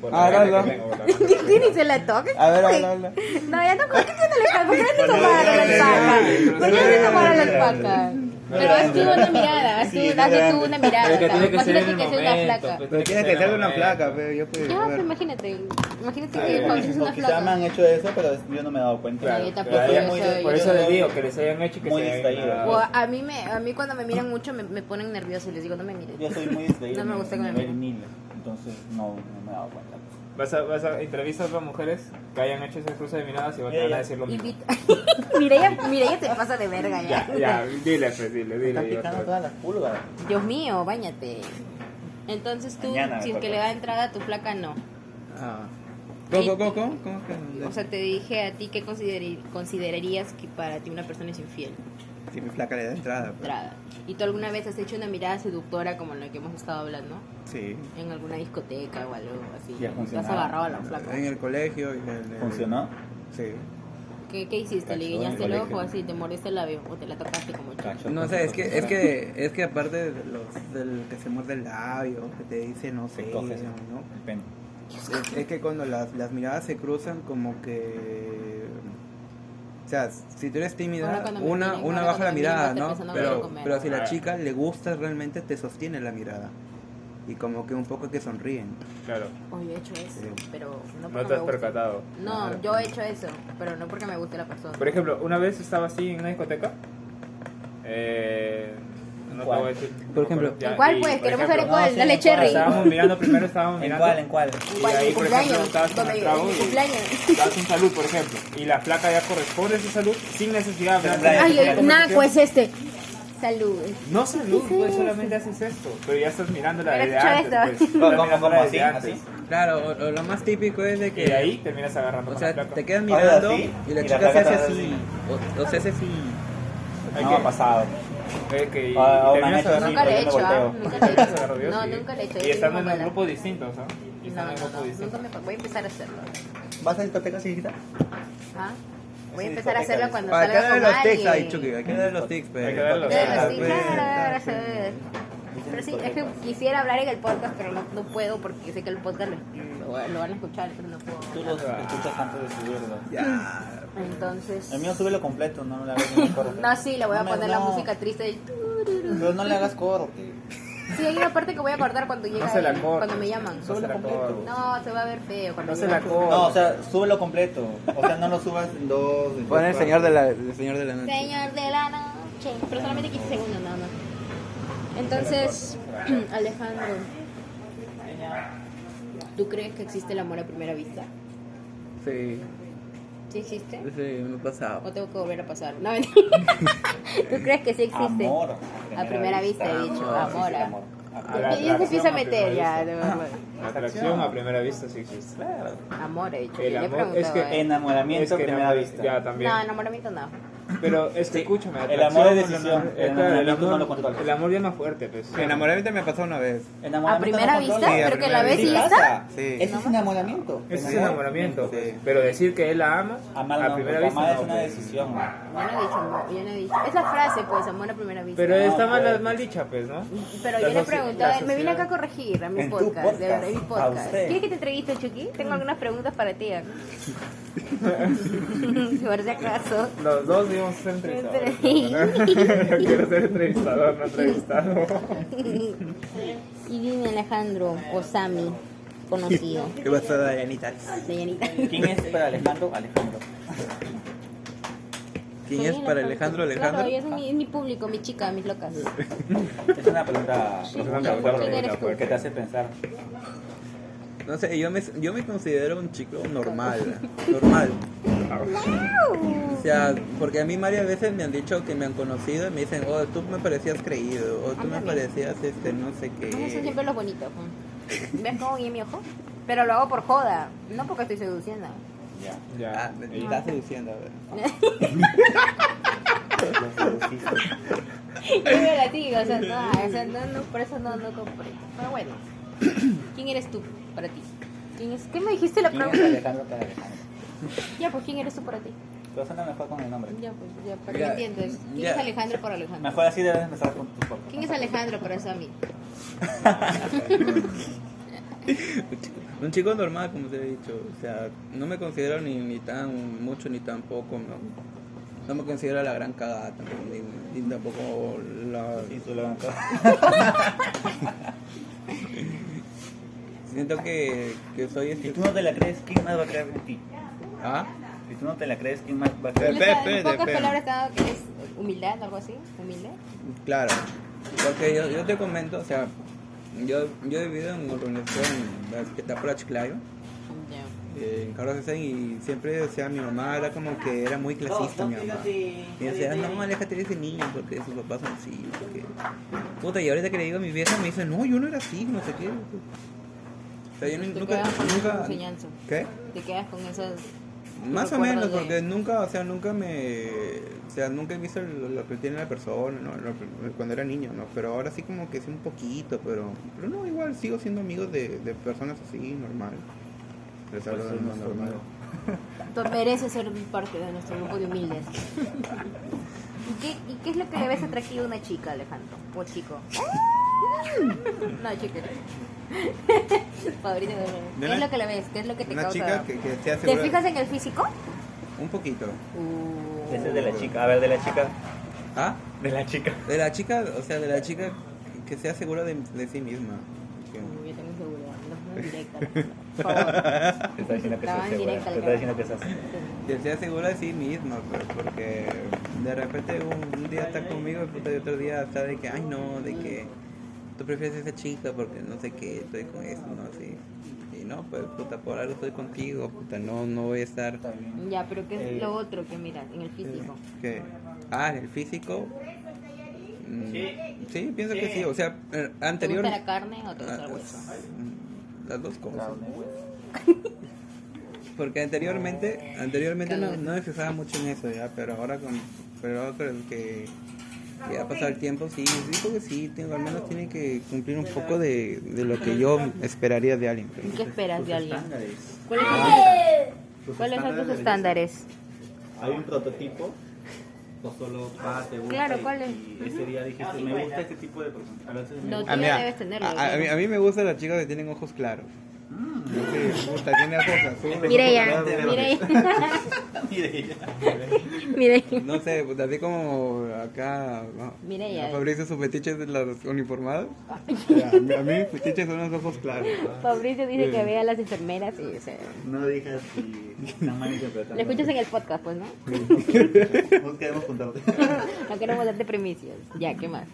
[SPEAKER 3] Por
[SPEAKER 2] Ah,
[SPEAKER 3] la gente
[SPEAKER 2] no,
[SPEAKER 3] que
[SPEAKER 2] no.
[SPEAKER 3] tengo, por la
[SPEAKER 1] ¿Qué
[SPEAKER 3] gente que
[SPEAKER 1] tiene? ¿Se le toca?
[SPEAKER 2] A ver, habla, habla.
[SPEAKER 1] No, ya no, ¿por qué tiene la alpaca? ¿Por qué no te tomaron la alpaca?
[SPEAKER 3] tengo.
[SPEAKER 1] ¿Por qué no te tomaron la alpaca? Pues Pero haz tú una mirada, haz tú,
[SPEAKER 4] Sí,
[SPEAKER 1] hazle tú
[SPEAKER 4] grande.
[SPEAKER 1] una mirada.
[SPEAKER 3] Pero que
[SPEAKER 1] o sea,
[SPEAKER 3] tiene que ser en
[SPEAKER 1] Imagínate
[SPEAKER 3] el
[SPEAKER 1] que soy una
[SPEAKER 3] momento,
[SPEAKER 1] flaca.
[SPEAKER 3] pues.
[SPEAKER 2] Pero tiene que ser de una flaca, pero yo puedo.
[SPEAKER 1] Ya,
[SPEAKER 2] a
[SPEAKER 1] pues,
[SPEAKER 2] ver.
[SPEAKER 1] imagínate, imagínate
[SPEAKER 3] Ah,
[SPEAKER 1] que
[SPEAKER 3] ya.
[SPEAKER 1] Fabricio es
[SPEAKER 4] O
[SPEAKER 1] una
[SPEAKER 4] quizá pues, me
[SPEAKER 1] flaca.
[SPEAKER 4] han hecho eso, pero yo no me he dado cuenta.
[SPEAKER 1] Claro, yo tampoco,
[SPEAKER 3] pero
[SPEAKER 1] yo
[SPEAKER 3] ahí
[SPEAKER 1] soy-
[SPEAKER 3] es muy- Por
[SPEAKER 1] yo
[SPEAKER 3] eso
[SPEAKER 1] soy-
[SPEAKER 3] les digo que les hayan hecho y que
[SPEAKER 4] Muy
[SPEAKER 3] se hayan
[SPEAKER 4] distraído.
[SPEAKER 1] O
[SPEAKER 3] ignorado.
[SPEAKER 1] a mí, me, a mí cuando me miran mucho me, me ponen nervioso y les digo, no me miren.
[SPEAKER 4] Yo soy muy distraído.
[SPEAKER 1] No me gusta que me
[SPEAKER 4] nivel
[SPEAKER 1] miren.
[SPEAKER 4] mil, Entonces no, no me he dado cuenta.
[SPEAKER 3] Vas a, vas a entrevistas a mujeres que hayan hecho ese cruce de miradas y van a decir lo mismo.
[SPEAKER 1] Invita. Mireya, Mireya te pasa de verga ya.
[SPEAKER 3] Ya, ya, dile, pues, dile,
[SPEAKER 4] Me están
[SPEAKER 3] dile. yo
[SPEAKER 4] picando
[SPEAKER 3] creo.
[SPEAKER 4] todas las pulgas.
[SPEAKER 1] Dios mío, bañate. Entonces tú,
[SPEAKER 4] Mañana me
[SPEAKER 1] si es que
[SPEAKER 4] toca.
[SPEAKER 1] le da entrada a tu flaca, no.
[SPEAKER 2] Ah. ¿Cómo, cómo, cómo? ¿Cómo es que?
[SPEAKER 1] O sea, te dije a ti que consideri- considerarías que para ti una persona es infiel.
[SPEAKER 2] si mi flaca le da entrada, pues.
[SPEAKER 1] Entrada. ¿Y tú alguna vez has hecho una mirada seductora como la que hemos estado hablando?
[SPEAKER 2] Sí.
[SPEAKER 1] En alguna discoteca o algo así.
[SPEAKER 4] Y ha
[SPEAKER 1] Te has
[SPEAKER 4] funcionado.
[SPEAKER 1] agarrado a la flaca.
[SPEAKER 2] En el colegio. y en el-
[SPEAKER 4] ¿Funcionó?
[SPEAKER 2] Sí.
[SPEAKER 1] ¿Qué, qué hiciste? ¿Le
[SPEAKER 4] Cachó en
[SPEAKER 1] guiñaste el
[SPEAKER 4] el
[SPEAKER 1] ojo
[SPEAKER 4] colegio.
[SPEAKER 1] así? ¿Te mordiste el labio? ¿O te la tocaste como chica?
[SPEAKER 2] No sé, es que, es que, es que aparte de los, del que se muerde el labio, que te dice no sé,
[SPEAKER 4] Se coge, se-
[SPEAKER 2] ¿no?
[SPEAKER 4] El pene.
[SPEAKER 2] Es, es que cuando las, las miradas se cruzan, como que. O sea, si tú eres
[SPEAKER 1] Ahora
[SPEAKER 2] tímida,
[SPEAKER 1] cuando me
[SPEAKER 2] una,
[SPEAKER 1] miren,
[SPEAKER 2] una
[SPEAKER 1] ahora
[SPEAKER 2] baja
[SPEAKER 1] cuando
[SPEAKER 2] la
[SPEAKER 1] me miren,
[SPEAKER 2] mirada,
[SPEAKER 1] me está
[SPEAKER 2] ¿no?
[SPEAKER 1] empezando a querer
[SPEAKER 2] Pero,
[SPEAKER 1] comer.
[SPEAKER 2] pero si la chica le gusta realmente, te sostiene la mirada. Y como que un poco que sonríen.
[SPEAKER 3] Claro,
[SPEAKER 1] Oh, yo he hecho eso,
[SPEAKER 2] Sí.
[SPEAKER 1] pero no porque
[SPEAKER 3] no te
[SPEAKER 1] me
[SPEAKER 3] has
[SPEAKER 1] guste.
[SPEAKER 3] percatado.
[SPEAKER 1] No,
[SPEAKER 2] Claro.
[SPEAKER 1] yo he hecho eso, pero no porque me guste la persona.
[SPEAKER 3] Por ejemplo, una vez estaba así en una discoteca. Eh, no
[SPEAKER 4] ¿Cuál?
[SPEAKER 3] te voy a decir.
[SPEAKER 2] Por ejemplo.
[SPEAKER 3] Ya,
[SPEAKER 1] ¿En cuál,
[SPEAKER 3] y,
[SPEAKER 1] pues?
[SPEAKER 3] por
[SPEAKER 1] Queremos
[SPEAKER 3] ejemplo,
[SPEAKER 1] saber cuál,
[SPEAKER 4] sí,
[SPEAKER 1] dale
[SPEAKER 4] en cuál,
[SPEAKER 1] cherry.
[SPEAKER 3] Estábamos mirando primero, estábamos
[SPEAKER 4] ¿En
[SPEAKER 3] mirando.
[SPEAKER 4] cuál? ¿En cuál?
[SPEAKER 3] Y
[SPEAKER 1] ¿Cuál?
[SPEAKER 3] ahí,
[SPEAKER 1] ¿Mi
[SPEAKER 3] por ejemplo,
[SPEAKER 1] cumpleaños?
[SPEAKER 3] estabas con
[SPEAKER 1] ¿Dónde?
[SPEAKER 3] el trago
[SPEAKER 1] ¿Mi
[SPEAKER 3] y
[SPEAKER 1] cumpleaños?
[SPEAKER 3] das un salud, por ejemplo. Y la flaca ya corresponde ese salud sin necesidad de hablar.
[SPEAKER 1] Ay,
[SPEAKER 4] Ay,
[SPEAKER 1] el naco
[SPEAKER 4] pues,
[SPEAKER 1] es este. Saludos.
[SPEAKER 4] eh.
[SPEAKER 3] No salud, pues solamente haces esto. Pero ya estás mirando la
[SPEAKER 1] Pero
[SPEAKER 3] desde
[SPEAKER 1] escucha
[SPEAKER 3] antes.
[SPEAKER 1] esto.
[SPEAKER 3] Pues,
[SPEAKER 4] ¿Cómo,
[SPEAKER 3] Ya
[SPEAKER 4] cómo,
[SPEAKER 3] mirándola
[SPEAKER 4] cómo,
[SPEAKER 3] desde
[SPEAKER 4] así, así?
[SPEAKER 2] Claro, o, o lo más típico es de
[SPEAKER 3] Y
[SPEAKER 2] que.
[SPEAKER 3] de ahí terminas agarrando
[SPEAKER 2] O
[SPEAKER 3] con la
[SPEAKER 2] sea,
[SPEAKER 3] flaca.
[SPEAKER 2] te quedas
[SPEAKER 4] Ahora
[SPEAKER 2] mirando
[SPEAKER 4] sí,
[SPEAKER 2] y la
[SPEAKER 4] y la
[SPEAKER 2] chica se
[SPEAKER 4] flaca
[SPEAKER 2] hace
[SPEAKER 4] está
[SPEAKER 2] así. O, o se hace así.
[SPEAKER 3] Hay
[SPEAKER 4] No
[SPEAKER 3] que-
[SPEAKER 4] ha pasado.
[SPEAKER 3] Eh, que y,
[SPEAKER 4] Ah,
[SPEAKER 3] y
[SPEAKER 4] o me han
[SPEAKER 3] terminas
[SPEAKER 4] hecho
[SPEAKER 3] agarrando.
[SPEAKER 1] Nunca
[SPEAKER 4] yo
[SPEAKER 1] le he
[SPEAKER 4] me
[SPEAKER 1] hecho, ¿ah?
[SPEAKER 4] volteo.
[SPEAKER 1] Nunca le he hecho.
[SPEAKER 3] Agarró Dios
[SPEAKER 1] No,
[SPEAKER 3] y-
[SPEAKER 1] nunca le he hecho.
[SPEAKER 3] Y
[SPEAKER 1] yo
[SPEAKER 3] estando
[SPEAKER 1] soy
[SPEAKER 3] en
[SPEAKER 1] muy
[SPEAKER 3] un
[SPEAKER 1] mala.
[SPEAKER 3] grupo distinto, o sea. Y
[SPEAKER 1] No,
[SPEAKER 3] estando en
[SPEAKER 1] no,
[SPEAKER 3] un grupo
[SPEAKER 1] no, nunca
[SPEAKER 3] distinto.
[SPEAKER 1] me voy a empezar a hacerlo.
[SPEAKER 4] ¿Vas a discotecas, hijita?
[SPEAKER 1] ¿Ah? Voy a
[SPEAKER 4] Sí,
[SPEAKER 1] empezar a
[SPEAKER 4] discoteca,
[SPEAKER 1] hacerlo
[SPEAKER 4] sí.
[SPEAKER 1] cuando
[SPEAKER 2] Para que
[SPEAKER 1] salga con
[SPEAKER 2] darle los tics
[SPEAKER 1] alguien.
[SPEAKER 2] ahí, Chucky. Hay que darle los tics, pero.
[SPEAKER 3] Hay que darle los
[SPEAKER 1] Claro, sí,
[SPEAKER 3] pues,
[SPEAKER 1] claro, sí. Pero sí, es que quisiera hablar en el podcast, pero no, no puedo porque sé que el podcast lo, lo- lo van a escuchar, pero no
[SPEAKER 4] Tú
[SPEAKER 1] puedo.
[SPEAKER 4] los escuchas antes de subirlo.
[SPEAKER 2] Ya.
[SPEAKER 1] Entonces...
[SPEAKER 4] El mío sube lo completo, no le hagas ni corte.
[SPEAKER 1] No, sí, le voy a
[SPEAKER 4] me-
[SPEAKER 1] poner la
[SPEAKER 4] no,
[SPEAKER 1] música triste. y-
[SPEAKER 4] Pero no le hagas corte.
[SPEAKER 1] Sí, hay una parte que voy a cortar cuando llega
[SPEAKER 3] se la
[SPEAKER 1] él,
[SPEAKER 3] cortes.
[SPEAKER 1] cuando me llaman.
[SPEAKER 3] No se la cortes.
[SPEAKER 1] No, se va a ver feo cuando
[SPEAKER 3] No se
[SPEAKER 1] llega.
[SPEAKER 3] la cortes.
[SPEAKER 4] No, o sea, súbelo completo. O sea, no lo subas en dos. en
[SPEAKER 2] Pon el
[SPEAKER 4] tres
[SPEAKER 2] señor de
[SPEAKER 4] partes.
[SPEAKER 2] la, el señor de la noche.
[SPEAKER 1] Señor de la noche. Pero solamente 15 segundos nada más. Entonces, Alejandro, ¿tú crees que existe el amor a primera vista?
[SPEAKER 2] Sí.
[SPEAKER 1] ¿Sí existe?
[SPEAKER 2] Sí, me ha pasado.
[SPEAKER 1] ¿O tengo que volver a pasar? No, mentira. ¿Tú crees que sí existe?
[SPEAKER 4] Amor.
[SPEAKER 1] A primera vista, he dicho, amor,
[SPEAKER 4] sí,
[SPEAKER 1] ah.
[SPEAKER 4] amor.
[SPEAKER 3] A la
[SPEAKER 1] Ya ya se
[SPEAKER 3] atracción
[SPEAKER 1] empieza a
[SPEAKER 3] a
[SPEAKER 1] meter ya.
[SPEAKER 3] primera
[SPEAKER 1] de
[SPEAKER 4] Ah.
[SPEAKER 1] verdad.
[SPEAKER 3] Atracción a primera vista sí existe.
[SPEAKER 4] Claro.
[SPEAKER 1] Amor, he dicho.
[SPEAKER 3] El
[SPEAKER 1] yo le he
[SPEAKER 3] amor-
[SPEAKER 1] preguntado
[SPEAKER 3] es que
[SPEAKER 1] a él.
[SPEAKER 4] Enamoramiento a
[SPEAKER 3] que
[SPEAKER 4] primera
[SPEAKER 3] no,
[SPEAKER 4] vista.
[SPEAKER 3] Ya, también.
[SPEAKER 1] No, enamoramiento no.
[SPEAKER 3] Pero es que
[SPEAKER 4] Sí.
[SPEAKER 3] escúchame.
[SPEAKER 4] El
[SPEAKER 3] atracción,
[SPEAKER 4] amor es decisión,
[SPEAKER 3] eh, claro, el
[SPEAKER 4] el enamoramiento no
[SPEAKER 3] amor,
[SPEAKER 4] lo controla.
[SPEAKER 3] el amor ya es más fuerte, pues.
[SPEAKER 2] Enamoramiento me pasó una vez.
[SPEAKER 1] A
[SPEAKER 4] Enamoramiento
[SPEAKER 1] primera
[SPEAKER 4] no
[SPEAKER 1] vista,
[SPEAKER 4] controla.
[SPEAKER 2] Sí, a
[SPEAKER 1] pero que la
[SPEAKER 2] primera
[SPEAKER 1] ves y ya
[SPEAKER 4] vista.
[SPEAKER 1] está.
[SPEAKER 2] Sí.
[SPEAKER 4] Ese es enamoramiento.
[SPEAKER 3] Ese es
[SPEAKER 4] Enamor-
[SPEAKER 3] enamoramiento, pues.
[SPEAKER 2] Sí.
[SPEAKER 3] Pero decir que él la ama,
[SPEAKER 4] Amar
[SPEAKER 3] a
[SPEAKER 4] no,
[SPEAKER 3] primera
[SPEAKER 4] porque
[SPEAKER 3] vista
[SPEAKER 4] amar
[SPEAKER 3] no,
[SPEAKER 4] es una
[SPEAKER 3] pues.
[SPEAKER 4] decisión.
[SPEAKER 1] Yo no he dicho amor, yo no he dicho. Es la frase, pues, amor a primera vista.
[SPEAKER 3] Pero
[SPEAKER 4] No,
[SPEAKER 3] está mal,
[SPEAKER 4] pues.
[SPEAKER 3] mal dicha, pues, ¿no?
[SPEAKER 1] Pero yo
[SPEAKER 3] La
[SPEAKER 1] le
[SPEAKER 3] socie-
[SPEAKER 1] pregunté,
[SPEAKER 3] la
[SPEAKER 1] él me vine acá a
[SPEAKER 3] sociedad.
[SPEAKER 1] corregir a mi
[SPEAKER 4] En tu
[SPEAKER 1] podcast, de verdad, en mi
[SPEAKER 4] podcast, a
[SPEAKER 1] podcast.
[SPEAKER 4] usted.
[SPEAKER 1] ¿Quieres que te entreviste, Chucky? Tengo algunas preguntas para ti. acá. Por si acaso.
[SPEAKER 3] Los dos íbamos a ser entrevistadores.
[SPEAKER 1] Sí.
[SPEAKER 3] Yo quiero ser entrevistador, no entrevistado.
[SPEAKER 1] Y dime Alejandro o Sammy, conocido,
[SPEAKER 2] ¿Qué pasó, Dayanita?
[SPEAKER 1] de Yanita.
[SPEAKER 4] ¿Quién es para Alejandro? Alejandro.
[SPEAKER 2] ¿Quién es para Alejandro?
[SPEAKER 1] Claro, ella
[SPEAKER 2] Alejandro.
[SPEAKER 1] es mi, es mi público, mi chica, mis locas.
[SPEAKER 4] Es
[SPEAKER 1] una
[SPEAKER 4] una pregunta profunda
[SPEAKER 1] pregunta
[SPEAKER 4] fuerte,
[SPEAKER 1] fuerte.
[SPEAKER 4] que te hace pensar.
[SPEAKER 2] No sé, yo me, yo me considero un chico normal. Normal. O sea, porque a mí varias veces me han dicho que me han conocido y me dicen, oh, tú me parecías creído, o tú me
[SPEAKER 1] Ándale.
[SPEAKER 2] parecías este, no sé qué.
[SPEAKER 1] Esos son siempre los bonitos. ¿no? ¿Ves cómo guié mi ojo? Pero lo hago por joda, no porque estoy seduciendo.
[SPEAKER 4] Ya.
[SPEAKER 2] Ah,
[SPEAKER 3] Ya.
[SPEAKER 2] me me estás seduciendo, a ver.
[SPEAKER 1] Yo veo la tía, o sea, no, o sea, no, no, por eso no, no compré. Pero bueno, ¿quién eres tú para ti? ¿Quién es? ¿Qué me dijiste la
[SPEAKER 4] ¿Quién es para
[SPEAKER 1] pregunta?
[SPEAKER 4] Alejandro para Alejandro?
[SPEAKER 1] Ya, pues, ¿quién eres tú para ti?
[SPEAKER 4] Pero suena mejor con el nombre.
[SPEAKER 1] Ya, pues, ya, para que
[SPEAKER 2] Ya,
[SPEAKER 1] entiendas. ¿Quién
[SPEAKER 2] ya.
[SPEAKER 1] es Alejandro para Alejandro?
[SPEAKER 4] Mejor así debes empezar con tu podcast.
[SPEAKER 1] ¿Quién es Alejandro para Sammy?
[SPEAKER 2] Un chico- Un chico normal, como te he dicho. O sea, no me considero ni, ni tan mucho ni tan poco. No, no me considero la gran cagada tampoco, ni, ni tampoco la...
[SPEAKER 4] Y tú levantó.
[SPEAKER 2] Siento que, que soy
[SPEAKER 4] Si
[SPEAKER 2] este...
[SPEAKER 4] tú no te la crees, ¿quién más va a creer en ti?
[SPEAKER 2] ¿Ah?
[SPEAKER 4] Si tú no te la crees, ¿quién más va a
[SPEAKER 1] ¿No
[SPEAKER 4] creer?
[SPEAKER 2] Pepe,
[SPEAKER 1] sabe- En pocas
[SPEAKER 2] Pepe.
[SPEAKER 1] palabras, dado que es humildad o algo así? ¿Humilde?
[SPEAKER 2] Claro, porque yo, yo te comento, o sea, yo, yo he vivido en una organización que está por Achiclayo,
[SPEAKER 1] Ya.
[SPEAKER 2] eh, en Carlos Sesen, y siempre, o sea, mi mamá era como que era muy clasista, mi mamá. Y decía, no, aléjate de ese niño porque sus papás son así, porque... Puta, y ahorita que le digo a mi vieja me dice, no, yo no era así, no sé qué. O sea, yo
[SPEAKER 1] Te
[SPEAKER 2] nu- nunca,
[SPEAKER 1] quedas con esa
[SPEAKER 2] nunca...
[SPEAKER 1] enseñanza.
[SPEAKER 2] ¿Qué?
[SPEAKER 1] Te quedas con esas...
[SPEAKER 2] Más o
[SPEAKER 1] recuerdos
[SPEAKER 2] menos,
[SPEAKER 1] de-
[SPEAKER 2] porque nunca, o sea, nunca me... O sea, nunca he visto lo, lo que tiene la persona, ¿no? Lo que- cuando era niño, ¿no? Pero ahora sí como que sí un poquito, pero... Pero no, igual sigo siendo amigo de, de personas así, normal.
[SPEAKER 3] Pues
[SPEAKER 2] Les hablo
[SPEAKER 4] Pues
[SPEAKER 2] de lo normal.
[SPEAKER 1] Tú mereces ser parte de nuestro grupo de humildes. ¿Y qué, ¿Y qué es lo que le ves atractivo a una chica, Alejandro? ¿O chico? No, chico. Favorito de
[SPEAKER 2] De
[SPEAKER 1] ¿Qué
[SPEAKER 2] una-
[SPEAKER 1] es lo que le ves? ¿Qué es lo que te
[SPEAKER 2] Una
[SPEAKER 1] causa?
[SPEAKER 2] chica que, que sea
[SPEAKER 1] ¿Te
[SPEAKER 2] segura-
[SPEAKER 1] fijas en el físico?
[SPEAKER 2] Un poquito.
[SPEAKER 1] Uh,
[SPEAKER 4] Ese es de la chica. A ver, de la chica.
[SPEAKER 2] ¿Ah?
[SPEAKER 4] De la chica.
[SPEAKER 2] De la chica, o sea, de la chica que sea segura de, de sí misma. Que-
[SPEAKER 1] uh, yo tengo inseguridad. No, no es directa. Por favor.
[SPEAKER 4] Te está diciendo
[SPEAKER 1] La
[SPEAKER 4] que estás
[SPEAKER 1] van
[SPEAKER 4] segura.
[SPEAKER 1] directa al
[SPEAKER 4] Te está
[SPEAKER 1] grano.
[SPEAKER 4] diciendo que estás.
[SPEAKER 2] Que sea segura de sí misma, pues, porque de repente un, un día está conmigo y puta, y otro día está de que, ay no, de que tú prefieres a esa chica porque no sé qué, estoy con esto, no así. Y no, pues puta, por algo estoy contigo, puta, no, no voy a estar.
[SPEAKER 4] Está bien.
[SPEAKER 1] Ya, pero ¿qué es
[SPEAKER 4] Eh,
[SPEAKER 1] lo otro que miras en el físico?
[SPEAKER 2] que Ah, el físico. Mm, sí, pienso que sí, o sea, eh,
[SPEAKER 1] ¿Te
[SPEAKER 2] anterior.
[SPEAKER 1] gusta la carne o te gusta
[SPEAKER 2] Ah,
[SPEAKER 1] el hueso?
[SPEAKER 2] mm, Las dos cosas.
[SPEAKER 4] Carne, hueso.
[SPEAKER 2] Porque anteriormente, anteriormente no,
[SPEAKER 1] Calor.
[SPEAKER 2] no me fijaba mucho en eso ya, pero ahora con, pero ahora con que, que ha pasado el tiempo sí, digo que sí, tengo, al menos tiene que cumplir un poco de, de lo que yo esperaría de alguien.
[SPEAKER 1] ¿Y ¿Qué esperas
[SPEAKER 4] pues,
[SPEAKER 5] Sus
[SPEAKER 1] de alguien?
[SPEAKER 5] estándares.
[SPEAKER 1] ¿Cuáles son tus,
[SPEAKER 5] Sus
[SPEAKER 1] ¿cuáles son tus
[SPEAKER 4] pues,
[SPEAKER 5] estándares de
[SPEAKER 1] estándares?
[SPEAKER 5] belleza. ¿Hay un prototipo? ¿O solo ah, te gusta?
[SPEAKER 1] Claro,
[SPEAKER 5] y-
[SPEAKER 1] ¿cuál es? Ah,
[SPEAKER 5] y ese día dijiste, me gusta este tipo de persona. A veces me
[SPEAKER 1] No,
[SPEAKER 5] gusta-
[SPEAKER 1] Ah, tú ya mira, debes tenerlo,
[SPEAKER 2] a, a
[SPEAKER 1] ¿no?
[SPEAKER 2] mí, a mí me gustan las chicas que tienen ojos claros.
[SPEAKER 1] Mm.
[SPEAKER 2] No sé, puta, tiene ojos
[SPEAKER 4] Pues,
[SPEAKER 2] azules.
[SPEAKER 5] este
[SPEAKER 1] Mireya,
[SPEAKER 5] Verdes.
[SPEAKER 1] Mireya,
[SPEAKER 5] Mire,
[SPEAKER 1] Mireya.
[SPEAKER 2] No sé, pues, así como acá ¿no?
[SPEAKER 1] Mireya.
[SPEAKER 2] a Fabricio sus fetiches de los uniformados. Ya, a mí- a mí mis fetiches son los ojos claros.
[SPEAKER 1] Fabricio dice que ve a las enfermeras y se...
[SPEAKER 5] no digas si están mal interpretando.
[SPEAKER 1] Lo escuchas en el podcast, pues, ¿no?
[SPEAKER 5] No queremos contarte.
[SPEAKER 1] No queremos darte primicias. Ya, ¿qué más?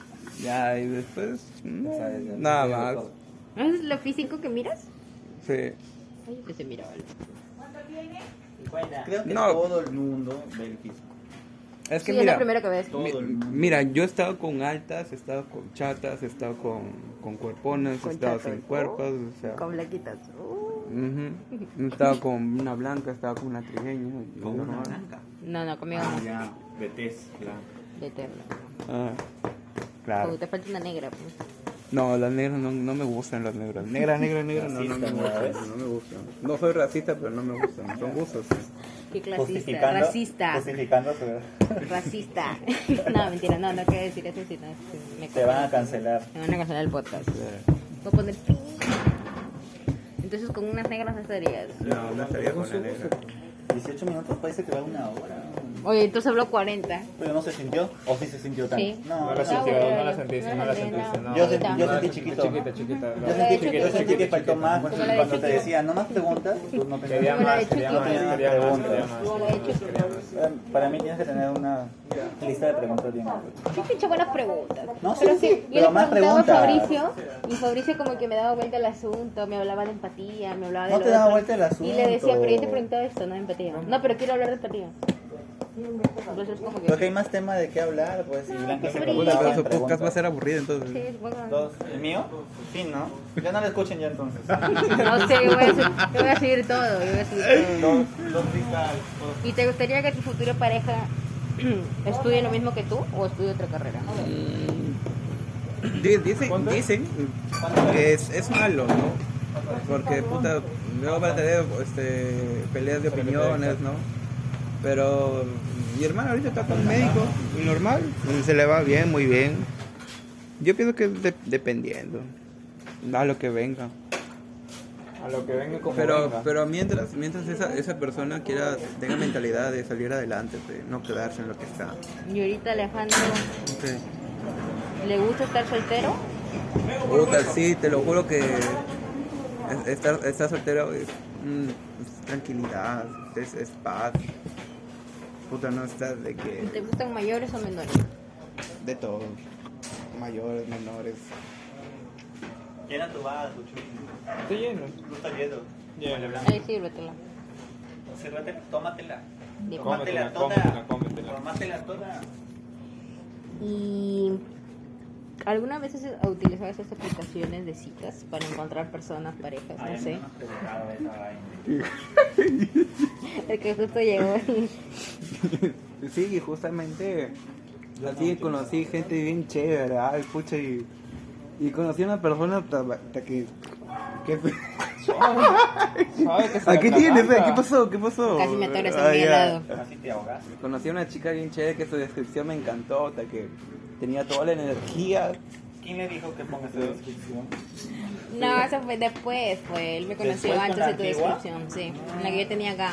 [SPEAKER 2] Ya, y después, no,
[SPEAKER 4] O sea, desde-
[SPEAKER 2] nada
[SPEAKER 4] desde
[SPEAKER 2] más.
[SPEAKER 4] todo.
[SPEAKER 1] ¿No es lo físico que miras?
[SPEAKER 2] Sí.
[SPEAKER 1] Ay, que se mira, ¿vale?
[SPEAKER 4] Bueno, creo que
[SPEAKER 2] No.
[SPEAKER 4] todo el mundo ve el físico.
[SPEAKER 2] Es que
[SPEAKER 1] Sí, es
[SPEAKER 2] mira,
[SPEAKER 1] lo primero que ves.
[SPEAKER 4] todo
[SPEAKER 2] mi-
[SPEAKER 4] el mundo.
[SPEAKER 2] mira, yo he estado con altas, he estado con chatas, he estado con, con cuerpones,
[SPEAKER 1] Con
[SPEAKER 2] he estado
[SPEAKER 1] chatas.
[SPEAKER 2] sin cuerpos, o sea,
[SPEAKER 1] Con blanquitas. Uh.
[SPEAKER 2] ujú. he estado con una blanca, he estado con una trigueña. y
[SPEAKER 5] Con una
[SPEAKER 2] normal.
[SPEAKER 5] blanca.
[SPEAKER 1] No, no, conmigo
[SPEAKER 5] Ah,
[SPEAKER 1] no.
[SPEAKER 5] ya, Betes, claro.
[SPEAKER 1] De eterno.
[SPEAKER 2] Ah,
[SPEAKER 1] Como
[SPEAKER 2] claro.
[SPEAKER 1] te falta una negra. pues.
[SPEAKER 2] No, las negras no, no me gustan, las negras. Negras, negras, negras, no, no me
[SPEAKER 4] Racista,
[SPEAKER 2] gustan. No me gustan. No soy racista, pero no me gustan. Son gustos.
[SPEAKER 1] Qué clasista.
[SPEAKER 4] Justificando,
[SPEAKER 1] Racista.
[SPEAKER 4] Justificando, pero
[SPEAKER 1] Racista. no, mentira, no, no quiero decir eso, sino me
[SPEAKER 4] te van a cancelar.
[SPEAKER 1] Me van a cancelar el podcast.
[SPEAKER 2] Eh,
[SPEAKER 1] Voy a poner pi. Entonces con unas negras no estarías.
[SPEAKER 2] No, no estaría con la negra.
[SPEAKER 4] 18 minutos parece que va una hora.
[SPEAKER 1] Oye, entonces habló 40.
[SPEAKER 4] Pero no se sintió, o sí se sintió tanto.
[SPEAKER 1] Sí.
[SPEAKER 4] No,
[SPEAKER 3] No
[SPEAKER 4] no.
[SPEAKER 3] la sentí,
[SPEAKER 1] bueno,
[SPEAKER 3] Pues no la
[SPEAKER 1] no
[SPEAKER 3] sentí,
[SPEAKER 1] la
[SPEAKER 3] no la
[SPEAKER 1] sentí,
[SPEAKER 3] sentí.
[SPEAKER 1] no.
[SPEAKER 3] no.
[SPEAKER 4] Yo sentí- yo
[SPEAKER 3] No la
[SPEAKER 4] sentí chiquito.
[SPEAKER 3] Chiquita, chiquita.
[SPEAKER 4] Yo
[SPEAKER 1] la
[SPEAKER 4] sentí
[SPEAKER 1] de
[SPEAKER 4] que, yo
[SPEAKER 1] Chucky.
[SPEAKER 4] sentí que faltó más
[SPEAKER 1] Como la de
[SPEAKER 4] cuando te
[SPEAKER 1] Chucky.
[SPEAKER 4] decía, no más preguntas, tú no
[SPEAKER 3] Quería
[SPEAKER 4] pensabas.
[SPEAKER 1] Como la de
[SPEAKER 3] más, quería
[SPEAKER 1] Chucky.
[SPEAKER 3] más, quería más, quería más.
[SPEAKER 1] Como la de Chucky.
[SPEAKER 4] Para, Em, para mí tienes que tener una lista de preguntas bien amplia.
[SPEAKER 1] Yo he hecho buenas preguntas.
[SPEAKER 4] No, sí,
[SPEAKER 1] pero
[SPEAKER 4] sí,
[SPEAKER 1] sí, yo
[SPEAKER 4] pero
[SPEAKER 1] le
[SPEAKER 4] más
[SPEAKER 1] preguntaba a
[SPEAKER 4] preguntas.
[SPEAKER 1] Fabricio y Fabricio como que me daba vuelta el asunto, me hablaba de empatía, me hablaba de
[SPEAKER 4] No
[SPEAKER 1] lo
[SPEAKER 4] te daba
[SPEAKER 1] otro.
[SPEAKER 4] vuelta el asunto.
[SPEAKER 1] Y le decía, pero yo te he preguntado esto, no de empatía. No, pero quiero hablar de empatía. Entonces como que...
[SPEAKER 4] Porque hay más tema de qué hablar, pues, y Blanca
[SPEAKER 1] Fabricio.
[SPEAKER 4] se
[SPEAKER 2] Puta,
[SPEAKER 4] preguntaba
[SPEAKER 2] pero
[SPEAKER 4] en
[SPEAKER 2] su podcast va a
[SPEAKER 4] preguntas.
[SPEAKER 2] ser aburrido
[SPEAKER 1] Sí,
[SPEAKER 2] entonces.
[SPEAKER 1] es bueno.
[SPEAKER 4] Dos. ¿El mío? Sí, ¿no? Ya no lo escuchen ya entonces.
[SPEAKER 1] No sé, yo voy, a subir, yo voy a subir todo, yo voy a subir todo.
[SPEAKER 4] Dos, dos listas. dos.
[SPEAKER 1] ¿Y te gustaría que tu futuro pareja estudie lo mismo que tú o estudie otra carrera?
[SPEAKER 2] Di- Dicen, dicen que es, es malo, ¿no? Porque, puta, luego va a tener este, peleas de opiniones, ¿no? Pero mi hermano ahorita está con un médico, y normal, se le va bien, muy bien. Yo pienso que de- dependiendo, da lo que venga.
[SPEAKER 3] A lo que venga como
[SPEAKER 2] Pero,
[SPEAKER 3] venga.
[SPEAKER 2] pero mientras, mientras esa, esa persona quiera, tenga mentalidad de salir adelante, pues, no quedarse en lo que está.
[SPEAKER 1] Y ahorita Alejandro,
[SPEAKER 2] Sí.
[SPEAKER 1] ¿le gusta estar soltero?
[SPEAKER 2] Puta, sí, te lo juro que es- estar, estar soltero es, mm, es tranquilidad, es, es paz. Puta, no estás de
[SPEAKER 1] ¿Te
[SPEAKER 2] que.
[SPEAKER 1] gustan mayores o menores?
[SPEAKER 2] De todo. Mayores, menores.
[SPEAKER 4] Llena tu vaso, chulo.
[SPEAKER 3] Estoy lleno.
[SPEAKER 4] No está lleno.
[SPEAKER 3] Lleno.
[SPEAKER 1] Ahí sírvetela.
[SPEAKER 4] Cérrate, tómatela.
[SPEAKER 1] De-
[SPEAKER 3] ¿Cómo? Cómetela,
[SPEAKER 4] Tómatela toda.
[SPEAKER 3] cómetela, cómetela.
[SPEAKER 4] Tómatela toda.
[SPEAKER 1] ¿Y alguna vez has utilizado esas aplicaciones de citas para encontrar personas, parejas?
[SPEAKER 4] Ay, a
[SPEAKER 1] No
[SPEAKER 4] mí
[SPEAKER 1] sé.
[SPEAKER 4] no me has preguntado esa vaina.
[SPEAKER 1] El que justo llegó y...
[SPEAKER 2] Sí, justamente. Así conocí gente bien chévere, ay, pucha, y, y conocí a una persona hasta, hasta que. que-
[SPEAKER 3] Ay, que se
[SPEAKER 2] Ah,
[SPEAKER 3] la
[SPEAKER 2] ¿Qué
[SPEAKER 3] canta.
[SPEAKER 2] tienes? eh? ¿Qué pasó? ¿Qué pasó?
[SPEAKER 1] Casi me atoro, se me
[SPEAKER 2] Ah,
[SPEAKER 1] había
[SPEAKER 2] ya.
[SPEAKER 1] dado.
[SPEAKER 4] Así te ahogas.
[SPEAKER 2] Conocí a una chica bien chévere que su descripción me encantó, hasta que tenía toda la energía.
[SPEAKER 4] ¿Quién le dijo que ponga su descripción?
[SPEAKER 1] No, eso fue después, fue él me conoció
[SPEAKER 4] ¿Después con
[SPEAKER 1] antes
[SPEAKER 4] la
[SPEAKER 1] de tu
[SPEAKER 4] antigua?
[SPEAKER 1] descripción, sí, en la que yo tenía acá.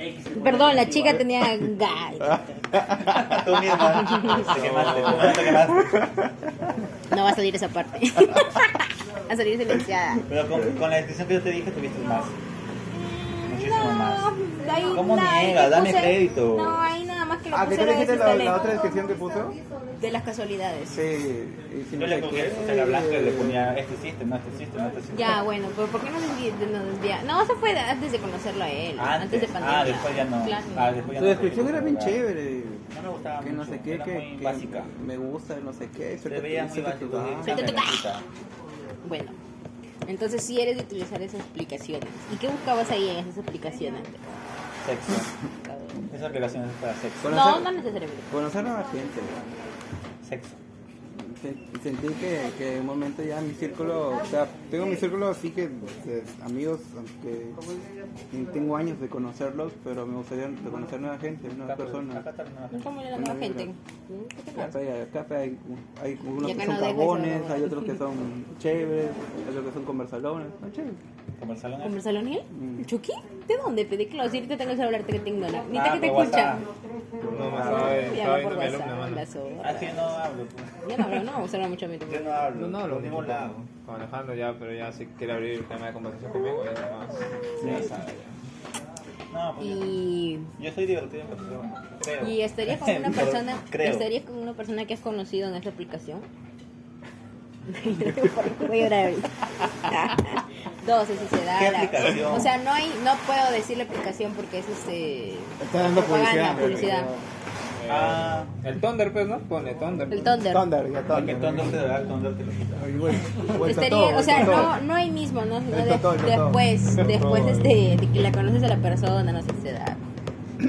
[SPEAKER 4] X.
[SPEAKER 1] Perdón, la chica tenía gas.
[SPEAKER 4] Tú misma. Te quemaste, te quemaste.
[SPEAKER 1] No va a salir esa parte. va a salir silenciada.
[SPEAKER 4] Pero con, con la descripción que yo te dije, tuviste más. Muchísimo más.
[SPEAKER 1] No, ahí
[SPEAKER 4] ¿Cómo
[SPEAKER 1] nada,
[SPEAKER 4] niega?
[SPEAKER 1] le
[SPEAKER 4] Dame
[SPEAKER 1] puse-
[SPEAKER 4] crédito.
[SPEAKER 1] No, ahí nada más que lo
[SPEAKER 2] Ah, ¿qué
[SPEAKER 1] puse
[SPEAKER 2] te
[SPEAKER 1] lo
[SPEAKER 2] dijiste la, la
[SPEAKER 1] desinstalé.
[SPEAKER 2] otra descripción que puso?
[SPEAKER 1] De las casualidades.
[SPEAKER 2] Sí, y si
[SPEAKER 4] Yo
[SPEAKER 2] no
[SPEAKER 4] le
[SPEAKER 2] sé
[SPEAKER 4] cogí
[SPEAKER 2] qué.
[SPEAKER 4] eso, se la blanca y le ponía, este existe, no, este existe, no, este existe.
[SPEAKER 1] Ya, bueno, pero ¿por qué nos desvi- nos desvía? No, eso fue de- antes de conocerlo a él, antes, de pandemia.
[SPEAKER 4] Ah, después ya no.
[SPEAKER 1] Claro.
[SPEAKER 4] Ah, después ya
[SPEAKER 2] Su
[SPEAKER 4] no.
[SPEAKER 2] descripción era bien chévere.
[SPEAKER 4] No me gustaba
[SPEAKER 2] Que
[SPEAKER 4] mucho.
[SPEAKER 2] no sé qué,
[SPEAKER 4] era
[SPEAKER 2] que,
[SPEAKER 4] muy
[SPEAKER 2] que
[SPEAKER 4] básica.
[SPEAKER 2] me gusta, no sé qué.
[SPEAKER 4] Se
[SPEAKER 2] suelta
[SPEAKER 4] veía
[SPEAKER 2] tu-
[SPEAKER 4] muy
[SPEAKER 2] suelta tu-
[SPEAKER 4] básica.
[SPEAKER 1] Suelta tu-
[SPEAKER 4] Suelta
[SPEAKER 1] Bueno, entonces sí eres de utilizar esas aplicaciones. ¿Y qué buscabas ahí en esas aplicaciones?
[SPEAKER 4] tu- Sexo. Esa aplicación es para sexo.
[SPEAKER 1] No,
[SPEAKER 2] Conocer-
[SPEAKER 1] no necesariamente.
[SPEAKER 2] Conocer a la gente.
[SPEAKER 4] Sexo.
[SPEAKER 2] Se- Sentí que, que en un momento ya mi círculo, o sea, tengo mi círculo así que eh, amigos, aunque tengo años de conocerlos, pero me gustaría conocer nueva gente, nuevas personas.
[SPEAKER 4] Acá está la nueva.
[SPEAKER 1] ¿Cómo era la nueva
[SPEAKER 2] Bueno,
[SPEAKER 1] gente? ¿Mm? ¿Qué te pasa?
[SPEAKER 2] Acá hay, acá hay, hay unos
[SPEAKER 1] Y acá
[SPEAKER 2] que son
[SPEAKER 1] no deja eso,
[SPEAKER 2] cagones,
[SPEAKER 1] no.
[SPEAKER 2] hay otros que son chéveres, hay otros que son conversalones. Ah, chévere.
[SPEAKER 4] Como el salón.
[SPEAKER 1] ¿Conversar con él? ¿Chucky? ¿De dónde? Pedí que lo decir que tengo el celular que te ignora. Ni
[SPEAKER 4] Mm. Ah,
[SPEAKER 1] te que te
[SPEAKER 4] por
[SPEAKER 1] escucha.
[SPEAKER 4] WhatsApp.
[SPEAKER 3] No, más estaba
[SPEAKER 1] Me
[SPEAKER 3] estaba
[SPEAKER 1] habla por
[SPEAKER 3] viendo mi alumna,
[SPEAKER 1] WhatsApp,
[SPEAKER 3] mano.
[SPEAKER 1] la zorra.
[SPEAKER 4] Así no hablo. pues.
[SPEAKER 1] Yo no hablo, no, solo mucho a mí.
[SPEAKER 4] Yo no hablo.
[SPEAKER 3] No, no,
[SPEAKER 4] Por
[SPEAKER 3] lo
[SPEAKER 4] ningún
[SPEAKER 3] mismo
[SPEAKER 4] lado.
[SPEAKER 3] con, con Alejandro ya, pero ya si quiere abrir el tema de conversación conmigo, ya nada más.
[SPEAKER 4] Ya sabes. No, pues yo-
[SPEAKER 1] Y,
[SPEAKER 4] yo soy divertido en persona. Creo.
[SPEAKER 1] y estarías con una
[SPEAKER 4] Por-
[SPEAKER 1] persona,
[SPEAKER 4] Creo.
[SPEAKER 1] estarías con una persona que has conocido en esta aplicación. Voy a llorar. Dos, es sociedad.
[SPEAKER 4] ¿Qué
[SPEAKER 1] la-
[SPEAKER 4] aplicación?
[SPEAKER 1] O sea, no hay, no puedo decir la aplicación porque es este.
[SPEAKER 6] Está dando
[SPEAKER 1] propaganda,
[SPEAKER 6] publicidad.
[SPEAKER 1] publicidad.
[SPEAKER 4] Ah,
[SPEAKER 3] El Thunder, pues, ¿no? Pone Thunder.
[SPEAKER 1] El Thunder.
[SPEAKER 6] Thunder, ya
[SPEAKER 4] porque
[SPEAKER 6] Thunder.
[SPEAKER 4] Thunder te lo da, Thunder te lo quita.
[SPEAKER 6] Ay, güey, güey, está
[SPEAKER 1] Estaría-
[SPEAKER 6] todo,
[SPEAKER 1] o
[SPEAKER 6] güey,
[SPEAKER 1] sea,
[SPEAKER 6] está todo.
[SPEAKER 1] Pues no, no ahí mismo, no, no
[SPEAKER 6] El
[SPEAKER 1] de-
[SPEAKER 6] totó, el totó.
[SPEAKER 1] después,
[SPEAKER 6] El totó,
[SPEAKER 1] después
[SPEAKER 6] güey.
[SPEAKER 1] este, de que la conoces a la persona, no sé si se da.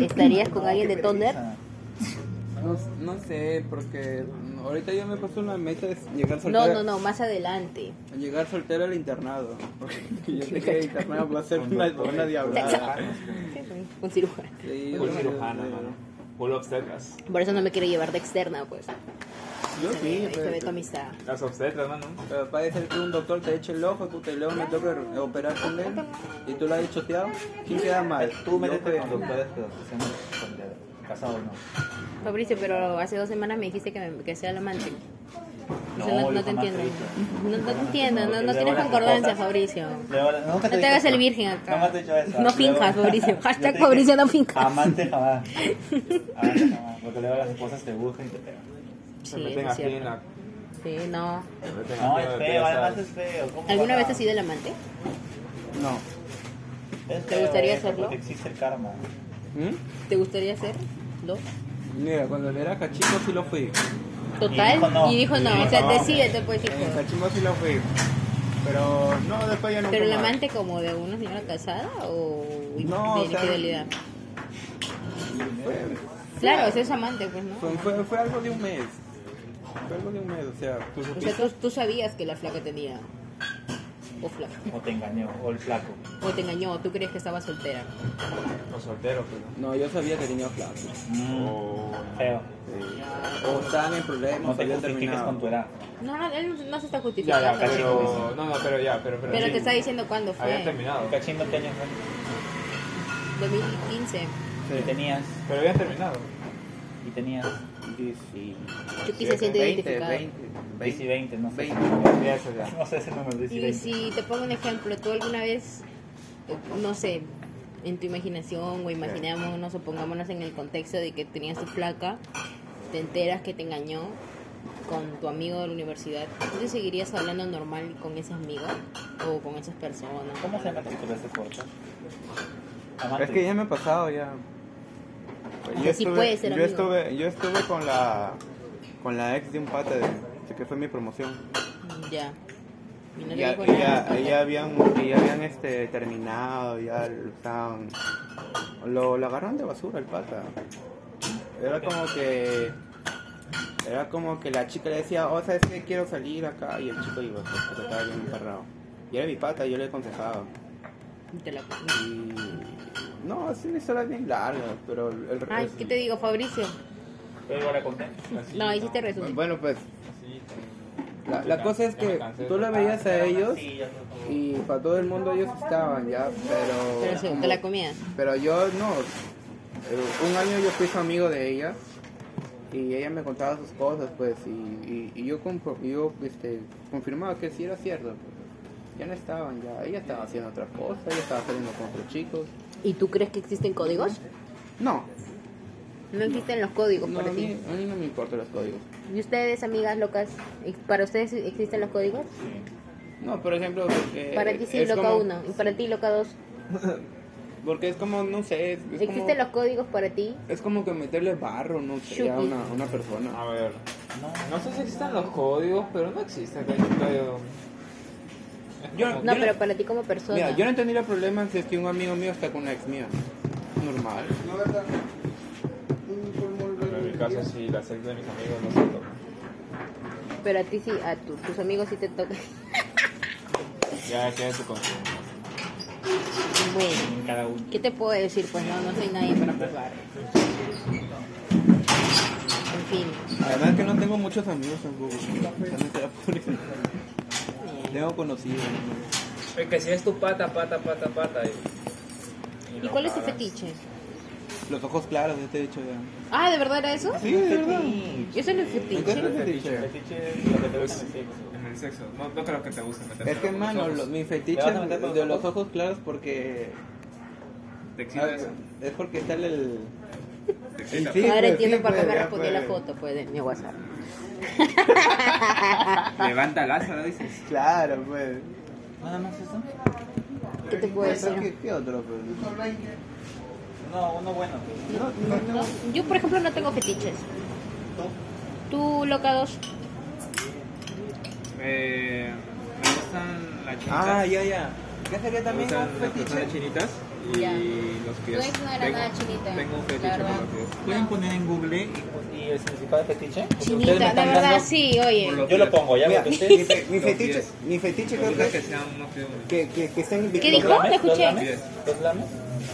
[SPEAKER 1] ¿Estarías con alguien de Thunder?
[SPEAKER 2] No, no sé, porque ahorita yo me he puesto una meta de llegar
[SPEAKER 1] No,
[SPEAKER 2] soltero.
[SPEAKER 1] no, no, más adelante.
[SPEAKER 2] Llegar soltero al internado. Porque yo sé que el internado va a ser una, una diablada.
[SPEAKER 1] Un cirujano.
[SPEAKER 2] Sí,
[SPEAKER 3] Full
[SPEAKER 2] yo-
[SPEAKER 3] cirujana,
[SPEAKER 2] sí.
[SPEAKER 3] mano. Full obstetras.
[SPEAKER 1] Por eso no me quiero llevar de externa, pues.
[SPEAKER 2] Yo
[SPEAKER 1] Se
[SPEAKER 2] sí,
[SPEAKER 1] ve- se
[SPEAKER 2] pero-
[SPEAKER 1] ve tu amistad.
[SPEAKER 3] Las obstetras, mano.
[SPEAKER 2] pero puede ser que un doctor te eche el ojo, puta, y luego me toca re- operar con él. Y tú lo has choteado. ¿Quién queda mal?
[SPEAKER 4] Ah, Tú métete
[SPEAKER 2] Yo
[SPEAKER 4] con
[SPEAKER 2] creo.
[SPEAKER 4] doctores que sean solteros, casados no.
[SPEAKER 1] Fabricio, pero hace dos semanas me dijiste que, me- que sea el amante. O sea, no,
[SPEAKER 4] No, yo
[SPEAKER 1] no te
[SPEAKER 4] jamás
[SPEAKER 1] entiendo.
[SPEAKER 4] te dije.
[SPEAKER 1] No, no te entiendo, no,
[SPEAKER 4] No,
[SPEAKER 1] no
[SPEAKER 4] le
[SPEAKER 1] tienes
[SPEAKER 4] van a
[SPEAKER 1] concordancia,
[SPEAKER 4] cosas.
[SPEAKER 1] Fabricio.
[SPEAKER 4] Luego- nunca
[SPEAKER 1] No te
[SPEAKER 4] dije
[SPEAKER 1] hagas
[SPEAKER 4] eso.
[SPEAKER 1] el virgen acá.
[SPEAKER 4] Nunca te he dicho eso.
[SPEAKER 1] No finjas,
[SPEAKER 4] Luego-
[SPEAKER 1] Fabricio.
[SPEAKER 4] Yo te
[SPEAKER 1] Hashtag
[SPEAKER 4] dije,
[SPEAKER 1] Fabricio, no finjas.
[SPEAKER 4] Amante jamás. Amante jamás. Porque luego las esposas te buscan y te pegan.
[SPEAKER 1] Sí,
[SPEAKER 3] Se
[SPEAKER 1] eso
[SPEAKER 3] meten
[SPEAKER 1] es
[SPEAKER 3] aquí en
[SPEAKER 1] cierto.
[SPEAKER 3] la...
[SPEAKER 1] Sí, no.
[SPEAKER 3] se meten
[SPEAKER 4] No,
[SPEAKER 3] aquí en
[SPEAKER 4] es
[SPEAKER 3] la-
[SPEAKER 4] feo,
[SPEAKER 3] ya sabes.
[SPEAKER 4] además es feo. ¿Cómo
[SPEAKER 1] ¿Alguna
[SPEAKER 4] vas
[SPEAKER 1] vez
[SPEAKER 4] a-
[SPEAKER 1] has sido el amante?
[SPEAKER 2] No.
[SPEAKER 4] Es
[SPEAKER 1] ¿Te
[SPEAKER 4] feo
[SPEAKER 1] gustaría
[SPEAKER 4] eso,
[SPEAKER 1] hacerlo?
[SPEAKER 4] Porque existe el karma.
[SPEAKER 2] ¿Mm?
[SPEAKER 1] ¿Te gustaría ser? ¿No?
[SPEAKER 2] Mira, cuando era cachimbo sí lo fui.
[SPEAKER 1] Total.
[SPEAKER 4] Y dijo no.
[SPEAKER 1] Y dijo no.
[SPEAKER 4] Y
[SPEAKER 1] o sea,
[SPEAKER 4] dijo no.
[SPEAKER 1] decídete, pues, hijo.
[SPEAKER 6] En Cachimbo sí lo fui. Pero no, después ya no
[SPEAKER 1] ¿Pero el amante como de una señora casada o
[SPEAKER 2] No,
[SPEAKER 1] de
[SPEAKER 2] o sea,
[SPEAKER 1] infidelidad? Claro, ese es amante, pues, ¿no?
[SPEAKER 2] Fue, fue, fue algo de un mes. Fue algo de un mes, o sea, tú
[SPEAKER 1] O sea,
[SPEAKER 2] supiste.
[SPEAKER 1] tú, tú sabías que la flaca tenía... O flaca.
[SPEAKER 4] O te engañó, o el flaco.
[SPEAKER 1] O te engañó, o tú crees que estaba soltera.
[SPEAKER 3] O soltero, pues, ¿no?
[SPEAKER 2] No, yo sabía que tenía flaco.
[SPEAKER 4] Mm,
[SPEAKER 3] O...
[SPEAKER 4] Feo.
[SPEAKER 2] O estaban en problemas,
[SPEAKER 4] No
[SPEAKER 2] o
[SPEAKER 4] te
[SPEAKER 2] habían
[SPEAKER 4] justifiques
[SPEAKER 2] terminado.
[SPEAKER 4] con tu edad.
[SPEAKER 1] No, no, él no se está
[SPEAKER 3] Ya,
[SPEAKER 1] justificando.
[SPEAKER 3] ya,
[SPEAKER 1] chico.
[SPEAKER 3] pero... No, no, pero ya, pero...
[SPEAKER 1] Pero te está diciendo cuándo
[SPEAKER 3] Habían
[SPEAKER 1] fue.
[SPEAKER 3] terminado.
[SPEAKER 4] El cachimbo qué año fue?
[SPEAKER 1] 2015.
[SPEAKER 4] Y tenías,
[SPEAKER 3] Pero habían terminado.
[SPEAKER 4] y tenías.
[SPEAKER 1] Chucky se siente
[SPEAKER 2] 20,
[SPEAKER 1] identificado.
[SPEAKER 4] 10 y 20, no sé.
[SPEAKER 2] 20.
[SPEAKER 3] Ya, eso ya.
[SPEAKER 4] No sé ese número, 10 y
[SPEAKER 1] Y
[SPEAKER 4] 20.
[SPEAKER 1] si te pongo un ejemplo, tú alguna vez, eh, no sé, en tu imaginación o imaginémonos o pongámonos en el contexto de que tenías tu flaca, te enteras que te engañó con tu amigo de la universidad, ¿tú te seguirías hablando normal con ese amigo o con esas personas?
[SPEAKER 4] ¿Cómo se llama el título de este corto? Amante.
[SPEAKER 6] Es que ya me he pasado ya.
[SPEAKER 1] O sea, sí puede ser
[SPEAKER 6] yo
[SPEAKER 1] amigo.
[SPEAKER 6] estuve, yo estuve con la con la ex de un pata de, de que fue mi promoción.
[SPEAKER 1] Mm, Ya. Y no
[SPEAKER 6] Y
[SPEAKER 1] te
[SPEAKER 6] ya,
[SPEAKER 1] dijo
[SPEAKER 6] y ya-
[SPEAKER 1] nada.
[SPEAKER 6] y ya habían, y ya habían este terminado, ya lo estaban. Lo, lo agarraron de basura el pata. Era como que. Era como que la chica le decía, o sea, es que quiero salir acá. Y el chico iba, pues, porque estaba bien enterrado. Y era mi pata, yo le aconsejaba.
[SPEAKER 1] Y te la-
[SPEAKER 6] Y. No, es una historia bien larga, pero el, el-
[SPEAKER 1] Ay, ¿qué te digo, Fabricio?
[SPEAKER 4] Luego ahora conté.
[SPEAKER 1] No, hiciste resumen.
[SPEAKER 6] Bueno, pues.
[SPEAKER 3] Sí,
[SPEAKER 2] La, la cosa es
[SPEAKER 3] Ya me
[SPEAKER 2] que
[SPEAKER 3] cansé de
[SPEAKER 2] tú la
[SPEAKER 3] tratar.
[SPEAKER 2] veías a ellos
[SPEAKER 4] Sí, ya fue todo.
[SPEAKER 2] y para todo el mundo ellos estaban ya, pero...
[SPEAKER 1] Pero se- te la comías.
[SPEAKER 6] Pero yo no. eh, Un año yo fui su amigo de ella y ella me contaba sus cosas, pues, y, y- y yo, compro- yo este, confirmaba que sí era cierto. pues. Ya no estaban, ya. Ella estaba haciendo otras cosas, ella estaba saliendo con otros chicos.
[SPEAKER 1] ¿Y tú crees que existen códigos?
[SPEAKER 6] No,
[SPEAKER 1] No existen los códigos
[SPEAKER 6] no a,
[SPEAKER 1] para ti.
[SPEAKER 6] mí, a mí no me importan los códigos.
[SPEAKER 1] ¿Y ustedes, amigas locas, para ustedes existen los códigos?
[SPEAKER 6] No, por ejemplo, porque.
[SPEAKER 1] para ti sí,
[SPEAKER 6] Eh, es
[SPEAKER 1] loca
[SPEAKER 6] como-
[SPEAKER 1] 1. Y para ti, loca 2.
[SPEAKER 2] Porque es como, no sé, es, es como,
[SPEAKER 1] ¿Existen los códigos para ti?
[SPEAKER 2] es como que meterle barro, no sé, a
[SPEAKER 1] Chucky.
[SPEAKER 2] una, a una persona.
[SPEAKER 3] A ver.
[SPEAKER 4] No.
[SPEAKER 3] No sé si existen los códigos, pero no existe que haya un código.
[SPEAKER 2] Yo-
[SPEAKER 1] No,
[SPEAKER 2] yo
[SPEAKER 1] pero para ti como persona.
[SPEAKER 2] Mira, yo no entendería problema si es que un amigo mío está con una ex mía. Normal.
[SPEAKER 3] Pero en mi caso, sí, la sexo de mis amigos no se toca.
[SPEAKER 1] Pero a ti sí, a tu- tus amigos sí te tocan.
[SPEAKER 3] Ya tiene su conciencia.
[SPEAKER 1] bueno,
[SPEAKER 4] pues, Cada uno.
[SPEAKER 1] ¿qué te puedo decir? Pues no, no soy nadie para probar. En fin.
[SPEAKER 2] La verdad es que no tengo muchos amigos tampoco. También será por eso. Tengo conocidos. ¿no?
[SPEAKER 3] Es que si es tu pata, pata, pata, pata. Y,
[SPEAKER 1] ¿Y cuál es tu fetiche?
[SPEAKER 2] Los ojos claros, yo te he dicho ya.
[SPEAKER 1] Ah, ¿de verdad era eso?
[SPEAKER 2] Sí, de verdad.
[SPEAKER 1] Eso no es
[SPEAKER 2] Entonces,
[SPEAKER 1] fetiche.
[SPEAKER 2] ¿qué te he dicho?
[SPEAKER 4] Fetiche es lo que te gusta en el sexo.
[SPEAKER 3] En el sexo. No, no creo que te guste meterse
[SPEAKER 2] Es que,
[SPEAKER 3] con los
[SPEAKER 2] mano,
[SPEAKER 3] ojos.
[SPEAKER 2] lo- mi
[SPEAKER 4] ¿Te
[SPEAKER 2] fetiche
[SPEAKER 4] vas a meter
[SPEAKER 2] es
[SPEAKER 4] con
[SPEAKER 2] de
[SPEAKER 4] los
[SPEAKER 2] los ojos claros porque.
[SPEAKER 3] ¿Te
[SPEAKER 2] a
[SPEAKER 3] excita
[SPEAKER 2] ver,
[SPEAKER 3] eso?
[SPEAKER 2] es porque está el. el-
[SPEAKER 3] ¿Te excita?
[SPEAKER 6] Sí,
[SPEAKER 1] Ahora
[SPEAKER 6] pues,
[SPEAKER 1] entiendo
[SPEAKER 6] sí,
[SPEAKER 1] por qué
[SPEAKER 6] pues,
[SPEAKER 1] me
[SPEAKER 6] ya,
[SPEAKER 1] respondió
[SPEAKER 6] pues.
[SPEAKER 1] la foto, pues, de mi WhatsApp.
[SPEAKER 3] Levanta Lázaro, dices.
[SPEAKER 6] Claro, pues.
[SPEAKER 4] ¿Nada más eso?
[SPEAKER 1] ¿Qué te puedo decir?
[SPEAKER 2] Pues, ¿Qué, qué otro? pues?
[SPEAKER 4] No, uno bueno.
[SPEAKER 1] No, yo, por ejemplo, no tengo fetiches. Tú, loca dos.
[SPEAKER 3] Eh, me gustan las chinitas.
[SPEAKER 6] Ah, ya, ya.
[SPEAKER 4] ¿Qué sería
[SPEAKER 3] me
[SPEAKER 4] también
[SPEAKER 3] gustan
[SPEAKER 4] un
[SPEAKER 3] las personas
[SPEAKER 4] fetiche?
[SPEAKER 3] chinitas y
[SPEAKER 1] Ya.
[SPEAKER 3] los pies.
[SPEAKER 1] Tú no eras
[SPEAKER 3] Tengo-
[SPEAKER 1] nada chinita,
[SPEAKER 3] Tengo un
[SPEAKER 1] la
[SPEAKER 3] fetiche con
[SPEAKER 1] verdad.
[SPEAKER 3] los pies.
[SPEAKER 4] ¿Pueden poner en Google y, y el significado de fetiche? Porque
[SPEAKER 1] Chinita,
[SPEAKER 4] ustedes me
[SPEAKER 1] de
[SPEAKER 4] están
[SPEAKER 1] verdad,
[SPEAKER 4] dando-
[SPEAKER 1] sí, oye.
[SPEAKER 4] Yo lo pongo, ya
[SPEAKER 6] Mira,
[SPEAKER 4] veo
[SPEAKER 6] mi,
[SPEAKER 4] que ustedes.
[SPEAKER 6] fe- mi
[SPEAKER 3] Los
[SPEAKER 6] fetiche,
[SPEAKER 3] pies.
[SPEAKER 6] mi fetiche
[SPEAKER 3] Me
[SPEAKER 6] creo
[SPEAKER 3] gusta
[SPEAKER 6] que
[SPEAKER 3] que
[SPEAKER 6] es
[SPEAKER 3] sean unos pies bonitos.
[SPEAKER 6] que, que, que estén en
[SPEAKER 1] ¿Qué
[SPEAKER 6] bikini.
[SPEAKER 1] dijo? No escuché.
[SPEAKER 4] ¿Los lames? ¿Los lames?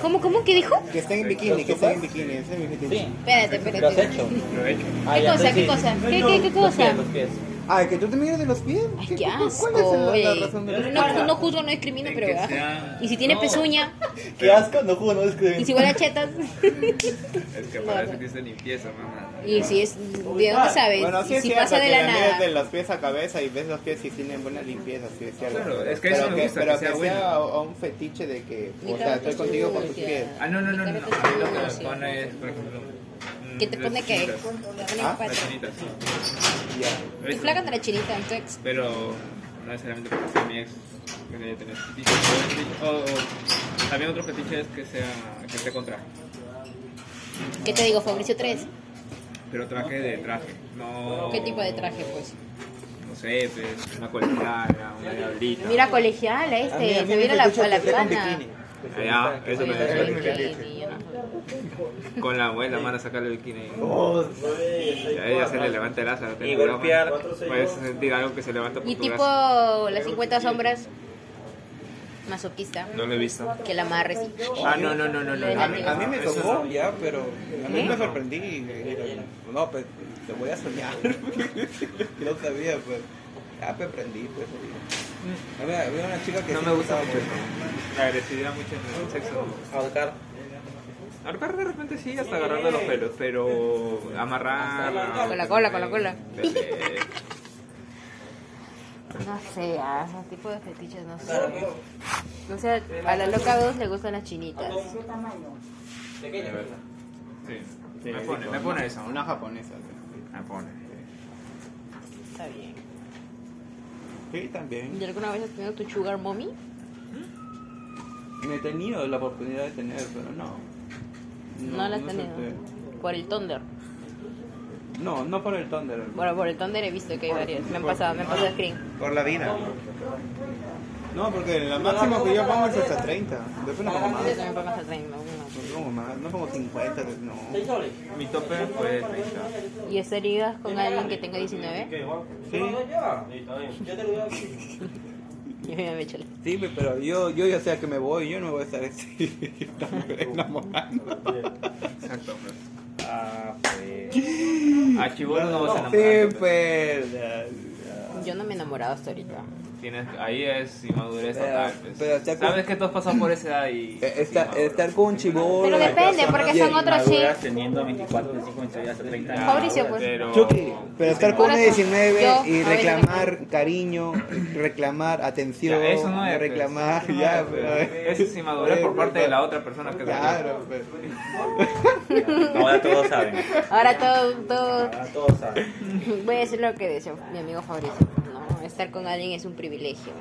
[SPEAKER 1] ¿Cómo, cómo? ¿Qué dijo?
[SPEAKER 6] Que estén en bikini, que estén en bikini. Ese es mi fetiche.
[SPEAKER 4] Sí.
[SPEAKER 1] Espérate,
[SPEAKER 4] ¿Lo has
[SPEAKER 1] espérate.
[SPEAKER 4] hecho?
[SPEAKER 3] Lo he hecho.
[SPEAKER 4] Ah, ya,
[SPEAKER 1] cosa?
[SPEAKER 4] entonces
[SPEAKER 1] ¿Qué
[SPEAKER 4] sí.
[SPEAKER 1] cosa? ¿Qué- qué- qué
[SPEAKER 4] Los pies,
[SPEAKER 1] cosa?
[SPEAKER 4] los pies.
[SPEAKER 6] Ah, que tú te miras de los pies.
[SPEAKER 1] Ay,
[SPEAKER 6] ¿Qué-
[SPEAKER 1] qué
[SPEAKER 6] qué-
[SPEAKER 1] asco,
[SPEAKER 6] ¿Cuál es el-
[SPEAKER 1] oye.
[SPEAKER 6] la razón de
[SPEAKER 1] No, no juzgo, no discrimino,
[SPEAKER 3] En
[SPEAKER 1] pero...
[SPEAKER 3] que
[SPEAKER 1] ah,
[SPEAKER 3] sea-
[SPEAKER 1] Y si tiene
[SPEAKER 3] No.
[SPEAKER 1] pezuña,
[SPEAKER 4] Qué asco, no juego, no escribí.
[SPEAKER 1] y si huele a chetas,
[SPEAKER 3] Es que para eso existe limpieza, mamá.
[SPEAKER 1] y si es... ¿De dónde sabes?
[SPEAKER 6] Bueno, sí
[SPEAKER 1] y
[SPEAKER 6] es
[SPEAKER 1] si
[SPEAKER 6] cierto
[SPEAKER 1] pasa de
[SPEAKER 6] que
[SPEAKER 1] la
[SPEAKER 6] le
[SPEAKER 1] nada.
[SPEAKER 6] mides de los pies a cabeza y ves los pies y tienen buena limpieza, sí es cierto.
[SPEAKER 3] Claro, es que
[SPEAKER 6] pero
[SPEAKER 3] eso me gusta,
[SPEAKER 6] pero
[SPEAKER 3] que sea bueno.
[SPEAKER 6] a, a un fetiche de que,
[SPEAKER 1] Mi
[SPEAKER 6] o sea,
[SPEAKER 1] cara
[SPEAKER 6] estoy
[SPEAKER 1] está
[SPEAKER 6] contigo con tus
[SPEAKER 1] sucia.
[SPEAKER 6] pies.
[SPEAKER 3] Ah, no, no, no, no.
[SPEAKER 1] Mi
[SPEAKER 3] no.
[SPEAKER 1] cabeza
[SPEAKER 3] A mí lo que
[SPEAKER 1] está
[SPEAKER 3] me pone es, por ejemplo. mm,
[SPEAKER 1] ¿Qué te
[SPEAKER 3] las
[SPEAKER 1] pone qué?
[SPEAKER 3] chinitas.
[SPEAKER 1] Te pone
[SPEAKER 6] Ah,
[SPEAKER 1] pata.
[SPEAKER 3] Las chinitas.
[SPEAKER 6] Ya.
[SPEAKER 1] Me flacan de la chinita, entonces...
[SPEAKER 3] Pero no necesariamente porque sea mi ex. Que debe tener fetiche. O, o también otro fetiche es que sea. que esté con traje.
[SPEAKER 1] ¿Qué te digo, Fabricio 3?
[SPEAKER 3] Pero traje de traje. No.
[SPEAKER 1] ¿Qué tipo de traje, pues?
[SPEAKER 3] No sé, pues. Una colegiala, una diablita.
[SPEAKER 1] Mira, colegial, a este,
[SPEAKER 6] A mí- a mí
[SPEAKER 1] se
[SPEAKER 6] me
[SPEAKER 1] viene la,
[SPEAKER 6] fetiche
[SPEAKER 1] a la
[SPEAKER 6] que esté con
[SPEAKER 1] plana.
[SPEAKER 6] bikini.
[SPEAKER 3] Allá, eso
[SPEAKER 1] Oye,
[SPEAKER 3] me
[SPEAKER 1] está
[SPEAKER 3] es
[SPEAKER 1] bien,
[SPEAKER 3] mi fetiche.
[SPEAKER 1] bikini, ajá.
[SPEAKER 3] Con la abuela, mano, sacarle el bikini.
[SPEAKER 4] Oh,
[SPEAKER 3] Y a
[SPEAKER 5] A
[SPEAKER 3] ella se le levanta el asa.
[SPEAKER 4] Y golpear.
[SPEAKER 3] Puedes sentir algo que se levanta por
[SPEAKER 1] Y
[SPEAKER 3] tu
[SPEAKER 1] tipo
[SPEAKER 3] brazo.
[SPEAKER 1] las 50 sombras, masoquista,
[SPEAKER 3] No lo he visto.
[SPEAKER 1] que la amarres y...
[SPEAKER 3] Ah, no, no, no, no, no.
[SPEAKER 1] A
[SPEAKER 6] A mí, a mí me
[SPEAKER 3] Eso
[SPEAKER 6] tocó
[SPEAKER 3] no.
[SPEAKER 6] ya, pero a mí
[SPEAKER 1] ¿Eh?
[SPEAKER 6] me sorprendí. y le dije, No, pues te voy a soñar. no sabía, pues. Ya me prendí, pues. y- Había, había una chica que
[SPEAKER 3] No
[SPEAKER 6] sí
[SPEAKER 3] me gusta
[SPEAKER 6] estaba
[SPEAKER 3] mucho
[SPEAKER 6] muy-
[SPEAKER 3] eso. La agresividad mucho en el sexo.
[SPEAKER 4] Ahorcar.
[SPEAKER 3] Ahorcar de repente sí, hasta agarrando los pelos, pero amarrar.
[SPEAKER 1] Con la cola, con la cola.
[SPEAKER 3] Desde-
[SPEAKER 1] No sé, a esos tipos de fetiches no sé. No sé, a la loca 2 le gustan las chinitas.
[SPEAKER 3] Sí. Me pone, me pone eso.
[SPEAKER 6] Una japonesa.
[SPEAKER 3] Me pone.
[SPEAKER 1] Está bien.
[SPEAKER 6] Sí, también.
[SPEAKER 1] ¿Y alguna vez has tenido tu sugar mommy?
[SPEAKER 6] Me he tenido la oportunidad de tener, pero no.
[SPEAKER 1] No, la has tenido.
[SPEAKER 6] solté.
[SPEAKER 1] Por el Thunder.
[SPEAKER 6] No, no por el Thunder.
[SPEAKER 1] Bueno, por el Thunder he visto que hay varias. Me han pasado, me han pasado screen.
[SPEAKER 6] Por la vida. No, porque la máxima que yo pongo es hasta 30. Después no pongo más.
[SPEAKER 1] Yo también puedo pasar train, no, no.
[SPEAKER 6] No pongo más, no pongo 50, no.
[SPEAKER 3] Mi tope fue 30.
[SPEAKER 1] ¿Y estarías con alguien que tenga 19? Yo ya me he hecho la-
[SPEAKER 6] Sí, pe- pero yo, yo ya sé a que me voy, yo no me voy a estar así tan enamorando.
[SPEAKER 3] Exacto. pues.
[SPEAKER 4] Ah, pues.
[SPEAKER 3] A Chibolo no vas a enamorar.
[SPEAKER 6] Sí, pues. pero...
[SPEAKER 1] Yo no me he enamorado hasta ahorita.
[SPEAKER 3] Tienes, ahí es inmadurez
[SPEAKER 6] Pero-
[SPEAKER 3] total. pues.
[SPEAKER 6] pero te acu-
[SPEAKER 3] Sabes que tú has pasado por esa edad y. pues,
[SPEAKER 6] Eh, Estar,
[SPEAKER 3] inmaduro.
[SPEAKER 6] estar con un chibolo...
[SPEAKER 1] Pero depende, porque son otros sí.
[SPEAKER 4] Maduras teniendo 24, 25, 26, hasta 30 años.
[SPEAKER 1] Fabricio, pues.
[SPEAKER 3] Pero-
[SPEAKER 6] Chucky, pero estar con
[SPEAKER 1] Por
[SPEAKER 6] una
[SPEAKER 1] eso,
[SPEAKER 6] 19
[SPEAKER 1] yo,
[SPEAKER 6] y
[SPEAKER 1] a veces
[SPEAKER 6] reclamar cariño, reclamar atención,
[SPEAKER 3] Ya, eso no es, pues.
[SPEAKER 6] reclamar, ya, pero...
[SPEAKER 3] Eso es inmadurez por parte de la otra persona que
[SPEAKER 6] Claro, pero...
[SPEAKER 4] Ahora todos saben.
[SPEAKER 1] Ahora todo, todo,
[SPEAKER 4] Ahora todos saben.
[SPEAKER 1] Voy a decir lo que decía mi amigo Fabricio. No, estar con alguien es un privilegio.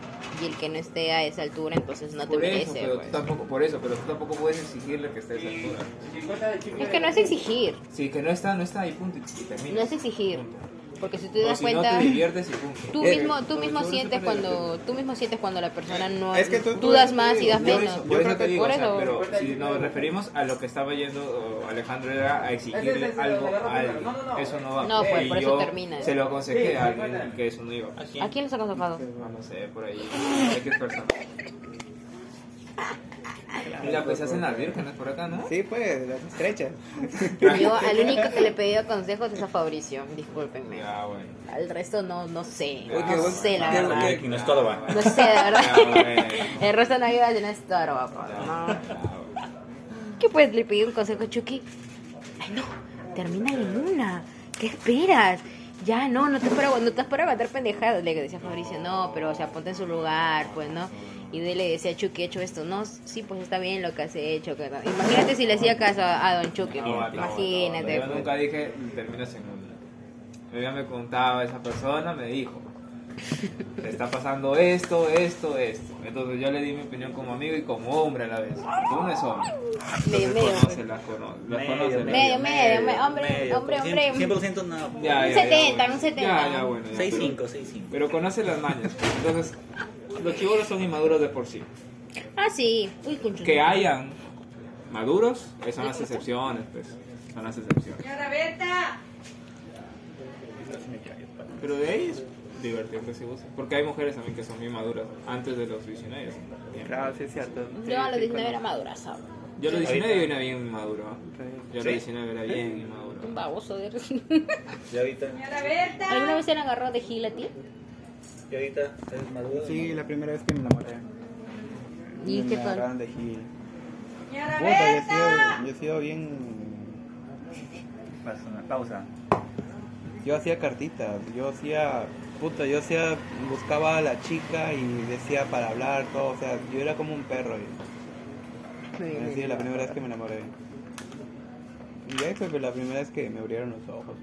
[SPEAKER 1] Y el que no esté a esa altura, entonces no te
[SPEAKER 3] Por eso,
[SPEAKER 1] merece.
[SPEAKER 3] pero
[SPEAKER 1] pues.
[SPEAKER 3] tú tampoco, por eso, pero tú tampoco puedes exigirle que esté a esa altura.
[SPEAKER 1] Es que no es exigir.
[SPEAKER 3] Si que no está, no está y punto y, y termina.
[SPEAKER 1] No es exigir. Porque si tú te
[SPEAKER 3] O
[SPEAKER 1] das
[SPEAKER 3] si no te
[SPEAKER 1] cuenta,
[SPEAKER 3] diviertes y punto.
[SPEAKER 1] tú
[SPEAKER 6] Eh,
[SPEAKER 1] mismo, tú
[SPEAKER 3] no,
[SPEAKER 1] mismo
[SPEAKER 3] yo no
[SPEAKER 1] sientes
[SPEAKER 3] siempre
[SPEAKER 1] cuando, tú mismo sientes cuando la persona no,
[SPEAKER 6] Es que tú-
[SPEAKER 1] tú das más y das
[SPEAKER 3] Yo,
[SPEAKER 1] menos.
[SPEAKER 3] yo creo que digo,
[SPEAKER 1] por
[SPEAKER 3] o sea,
[SPEAKER 1] eso.
[SPEAKER 3] pero si nos referimos a lo que estaba yendo o Alejandro era a exigirle algo a alguien. Eso no va.
[SPEAKER 1] No, pues,
[SPEAKER 3] Y
[SPEAKER 1] por eso
[SPEAKER 3] yo
[SPEAKER 1] termina.
[SPEAKER 3] Se lo aconsejé a alguien que eso no iba.
[SPEAKER 1] ¿A quién los aconsejado?
[SPEAKER 3] No, no sé, por ahí. X persona. Mira, pues se hacen las vírgenes por acá, ¿no?
[SPEAKER 6] Sí, pues, las estrechas.
[SPEAKER 1] Yo al único que le he pedido consejos es a Fabricio. Discúlpenme.
[SPEAKER 3] Ya, Ah, bueno.
[SPEAKER 1] Al resto no, no sé.
[SPEAKER 6] Oye,
[SPEAKER 1] No
[SPEAKER 6] bueno,
[SPEAKER 1] sé la
[SPEAKER 6] qué-
[SPEAKER 1] verdad.
[SPEAKER 6] qué-
[SPEAKER 4] Y no estorba.
[SPEAKER 1] No sé, de
[SPEAKER 3] Ya, bueno.
[SPEAKER 1] verdad. El resto no iba a llenar estorbo, pues, ¿no? ¿Qué pues? Le pedí un consejo a Chucky. Ay, no, termina en una. ¿Qué esperas? Ya, no, no estás para, no estás para matar pendejadas. Le decía Fabricio, no, pero, o sea, ponte en su lugar, pues, ¿no? Y de- le decía a Chucky, he hecho esto. No, sí, pues está bien lo que has hecho. que no. Imagínate si le hacía caso a, a Don Chucky.
[SPEAKER 3] No, no,
[SPEAKER 1] imagínate.
[SPEAKER 3] no, Yo
[SPEAKER 1] pues.
[SPEAKER 3] nunca dije terminas en una. Ella me contaba esa persona, me dijo. te está pasando esto, esto, esto. Entonces yo le di mi opinión como amigo y como hombre a la vez. Tú no es hombre.
[SPEAKER 1] Medio,
[SPEAKER 3] Entonces
[SPEAKER 1] medio,
[SPEAKER 3] conoce, las cono- las
[SPEAKER 4] Medio,
[SPEAKER 3] conoce.
[SPEAKER 1] Medio, medio, me- hombre, hombre, hombre.
[SPEAKER 7] 100% nada.
[SPEAKER 3] Ya, ya, ya,
[SPEAKER 1] 70,
[SPEAKER 3] bueno.
[SPEAKER 1] un 70.
[SPEAKER 3] Ya, ya, bueno. ya, pero-
[SPEAKER 7] 6-5, 6-5.
[SPEAKER 3] Pero conoce las mañas. pues. Entonces, los chivolos son inmaduros de por sí.
[SPEAKER 1] Ah, sí. Uy, conchudo.
[SPEAKER 3] Que hayan maduros, eh, son las excepciones, pues. Son las excepciones. Pero de ahí es divertirte si gusta. Porque hay mujeres también que son bien maduras antes de los 19. Bien.
[SPEAKER 2] Claro, sí es cierto.
[SPEAKER 1] Yo a los 19 era madura, ¿sabes?
[SPEAKER 3] Yo a los 19 era bien inmaduro. ¿ah? Yo a
[SPEAKER 7] Sí.
[SPEAKER 3] los 19 era bien inmaduro.
[SPEAKER 1] Un baboso de...
[SPEAKER 7] Y ahorita,
[SPEAKER 1] ¿Alguna vez se han agarrado de gil a ti?
[SPEAKER 7] y ahorita, ¿eres maduro?
[SPEAKER 2] Sí, la primera vez que me enamoré.
[SPEAKER 1] ¿Y
[SPEAKER 2] me
[SPEAKER 1] qué tal?
[SPEAKER 2] agarraron de Gil. Puta, yo he sido, yo he sido bien.
[SPEAKER 4] Pausa, una pausa.
[SPEAKER 2] Yo hacía cartitas, yo hacía. Puta, yo hacía. Buscaba a la chica y decía para hablar, todo. O sea, yo era como un perro. y-
[SPEAKER 1] Muy bien,
[SPEAKER 2] Así,
[SPEAKER 1] bien.
[SPEAKER 2] la primera vez que me enamoré. Y ahí fue pues, la primera vez que me abrieron los ojos.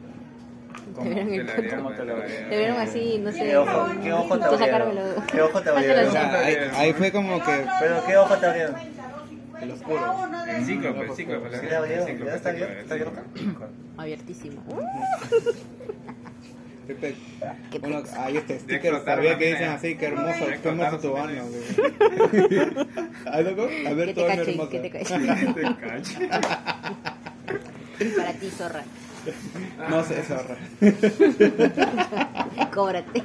[SPEAKER 1] Te vieron el poto.
[SPEAKER 4] ¿Cómo te lo veo?
[SPEAKER 1] Te vieron así, no sé.
[SPEAKER 4] ¿Qué ojo, qué ojo te
[SPEAKER 1] Tú
[SPEAKER 4] abrieron?
[SPEAKER 1] sacármelo.
[SPEAKER 4] ¿Qué ojo
[SPEAKER 1] Pásalo
[SPEAKER 4] te
[SPEAKER 2] O
[SPEAKER 4] abrieron?
[SPEAKER 2] sea, ahí, ahí fue como que.
[SPEAKER 4] ¿Pero qué ojo te abrieron?
[SPEAKER 2] El oscuro.
[SPEAKER 3] El cíclope, el cíclope.
[SPEAKER 4] ¿Sí te abrieron? ¿Ya está abierto? ¿Está abierto?
[SPEAKER 1] Abiertísimo.
[SPEAKER 2] Pepe.
[SPEAKER 1] Qué
[SPEAKER 2] Bueno, hay este sticker,
[SPEAKER 3] explotaron
[SPEAKER 2] sabía
[SPEAKER 3] la
[SPEAKER 2] que
[SPEAKER 3] mina
[SPEAKER 2] dicen
[SPEAKER 3] ya.
[SPEAKER 2] así, que hermoso,
[SPEAKER 3] Ya
[SPEAKER 2] qué hermoso tu
[SPEAKER 3] explotaron
[SPEAKER 2] baño, güey. ¿Ah, loco? A
[SPEAKER 1] Que
[SPEAKER 2] ver,
[SPEAKER 1] te
[SPEAKER 2] todo es
[SPEAKER 1] cache,
[SPEAKER 2] hermoso.
[SPEAKER 1] que te cache. Para ti, zorra.
[SPEAKER 2] No sé, zorra.
[SPEAKER 1] Cóbrate.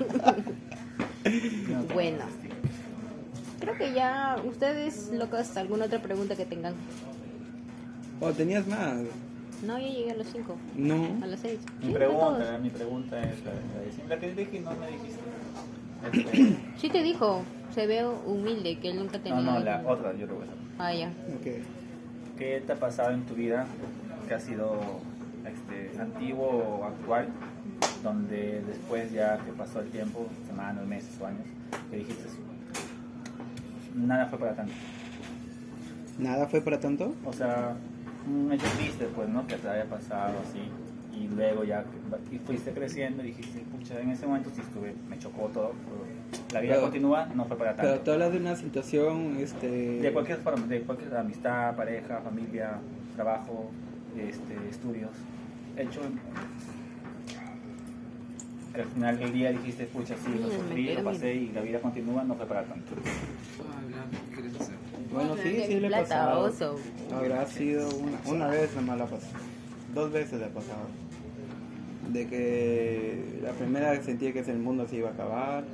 [SPEAKER 1] bueno. Creo que ya ustedes, locos, alguna otra pregunta que tengan.
[SPEAKER 2] ¿O tenías más?
[SPEAKER 1] No, yo llegué a los 5,
[SPEAKER 2] No.
[SPEAKER 1] a los 6.
[SPEAKER 4] Mi pregunta, ¿eh? mi pregunta es la la de siempre que dije no me dijiste. Este,
[SPEAKER 1] Sí te dijo, se ve humilde, que él nunca tenía.
[SPEAKER 4] No, no, la otra, yo creo que esa.
[SPEAKER 1] Ah, ya.
[SPEAKER 2] Ok.
[SPEAKER 4] ¿Qué te ha pasado en tu vida que ha sido este, antiguo o actual? Donde después ya que pasó el tiempo, semanas, meses o años, que dijiste, nada fue para tanto.
[SPEAKER 2] ¿Nada Ah, fue para tanto?
[SPEAKER 4] O sea, un hecho triste, pues, ¿no? Que te haya pasado así. Y luego ya que- y fuiste creciendo y dijiste, pucha, en ese momento sí estuve, me chocó todo. pero la vida
[SPEAKER 2] Pero-
[SPEAKER 4] continúa, no fue para
[SPEAKER 2] Pero tú
[SPEAKER 4] tanto.
[SPEAKER 2] hablas de una situación, este...
[SPEAKER 4] De cualquier forma, de cualquier amistad, pareja, familia, trabajo, este, estudios. Hecho, que al final del día dijiste, pucha, sí, lo
[SPEAKER 1] Mira,
[SPEAKER 4] sufrí,
[SPEAKER 1] me
[SPEAKER 4] lo pasé y la vida continúa, no fue para tanto.
[SPEAKER 3] ¿Qué quieres hacer?
[SPEAKER 2] Bueno, sí, sí le he
[SPEAKER 1] Plata,
[SPEAKER 2] pasado.
[SPEAKER 1] oso.
[SPEAKER 2] Habrá sido una, una vez nomás la ha pasado. Dos veces la ha pasado. De que la primera sentía que el mundo se iba a acabar.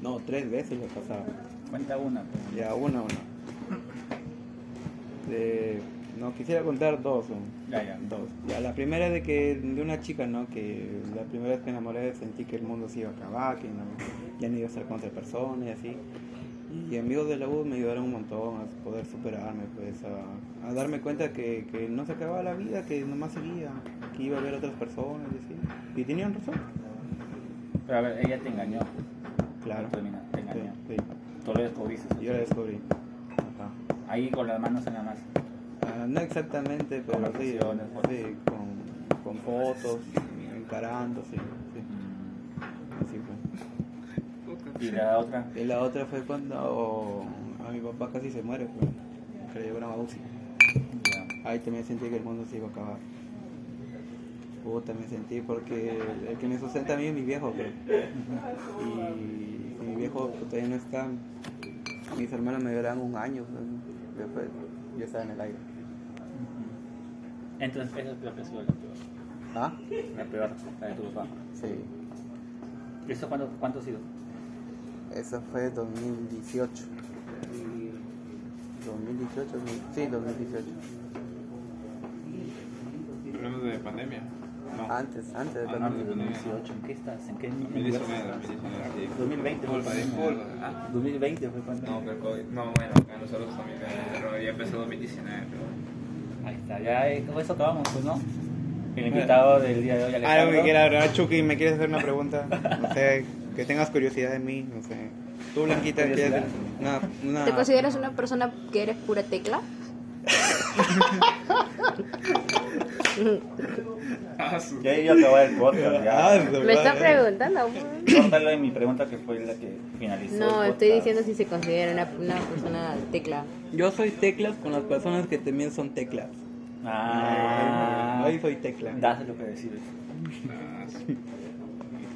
[SPEAKER 2] No, tres veces la ha pasado.
[SPEAKER 4] Cuenta una. pues.
[SPEAKER 2] Ya, una, una. De- no, quisiera contar dos. ¿no?
[SPEAKER 4] Ya, ya.
[SPEAKER 2] Dos. Ya, la primera de que de una chica, ¿no? Que la primera vez que enamoré sentí que el mundo se iba a acabar, que no, ya no iba a estar con otra persona y así. Y amigos de la U me ayudaron un montón a poder superarme, pues, a, a darme cuenta que, que no se acababa la vida, que nomás seguía, que iba a ver otras personas y así. Y tenían razón.
[SPEAKER 4] Pero a ver, ella te engañó.
[SPEAKER 2] Claro.
[SPEAKER 4] Termina, te engañó.
[SPEAKER 2] Sí,
[SPEAKER 4] Tú lo descubriste.
[SPEAKER 2] sí. Yo la descubrí. Ajá.
[SPEAKER 4] Ahí con las manos en la masa.
[SPEAKER 2] Ah, no exactamente, pero
[SPEAKER 4] Con
[SPEAKER 2] sí,
[SPEAKER 4] canciones, fotos.
[SPEAKER 2] sí, con, con fotos, encarando, sí, sí,
[SPEAKER 4] Mm,
[SPEAKER 2] así fue.
[SPEAKER 4] Y la otra,
[SPEAKER 2] Y la otra fue cuando a mi papá casi se muere, pues, que le llevaron a UCI.
[SPEAKER 4] ya,
[SPEAKER 2] Ahí también sentí que el mundo se iba a acabar. Puta, también sentí porque el, el que me sustenta a mí es mi viejo, creo. Y si mi viejo puta, ya no está, mis hermanos me verán un año, pues, después yo estaba en el aire.
[SPEAKER 4] Entonces, esa es la peor, la peor,
[SPEAKER 2] ¿Ah?
[SPEAKER 4] la peor, la de tu papá.
[SPEAKER 2] Sí.
[SPEAKER 4] ¿Eso cuánto, cuánto ha sido?
[SPEAKER 2] Eso fue 2018. 2018, sí, 2018.
[SPEAKER 3] Hablamos de pandemia. No.
[SPEAKER 2] Antes, antes de
[SPEAKER 3] Ah,
[SPEAKER 2] pandemia.
[SPEAKER 3] no, no, no.
[SPEAKER 4] 2018, ¿en qué estás? ¿En qué?
[SPEAKER 3] 2019,
[SPEAKER 4] pues,
[SPEAKER 3] 2019. sí.
[SPEAKER 4] 2020 fue
[SPEAKER 3] Disculpa, disculpa.
[SPEAKER 4] pandemia.
[SPEAKER 3] Ah,
[SPEAKER 4] 2020 fue pandemia.
[SPEAKER 3] No, pero COVID. No, bueno, acá nosotros también. Pero ya empezó 2019, pero.
[SPEAKER 4] Ahí está, ya eh, con eso acabamos, pues, ¿no? El invitado del día de
[SPEAKER 3] Ah,
[SPEAKER 4] hoy,
[SPEAKER 2] Algo Ah, que
[SPEAKER 4] Alejandro.
[SPEAKER 2] quiera hablar, Chucky, ¿me quieres hacer una pregunta? No sé, que tengas curiosidad de mí, no sé. Tú, Blanquita, ¿quieres
[SPEAKER 4] ¿Curiosidad?
[SPEAKER 2] una, una...
[SPEAKER 1] ¿Te consideras una persona que eres pura tecla?
[SPEAKER 3] Ah, su-
[SPEAKER 4] Ya yo acabo el podcast,
[SPEAKER 3] Ah,
[SPEAKER 4] ya.
[SPEAKER 1] Me están preguntando.
[SPEAKER 4] Córtalo en mi pregunta que fue la que finalizó.
[SPEAKER 1] No,
[SPEAKER 4] el
[SPEAKER 1] estoy
[SPEAKER 4] podcast.
[SPEAKER 1] diciendo si se considera una, una persona tecla.
[SPEAKER 2] Yo soy teclas con las personas que también son teclas.
[SPEAKER 4] Ah,
[SPEAKER 2] Hoy soy tecla.
[SPEAKER 4] dáselo que Ah. decir.
[SPEAKER 3] Ah, su-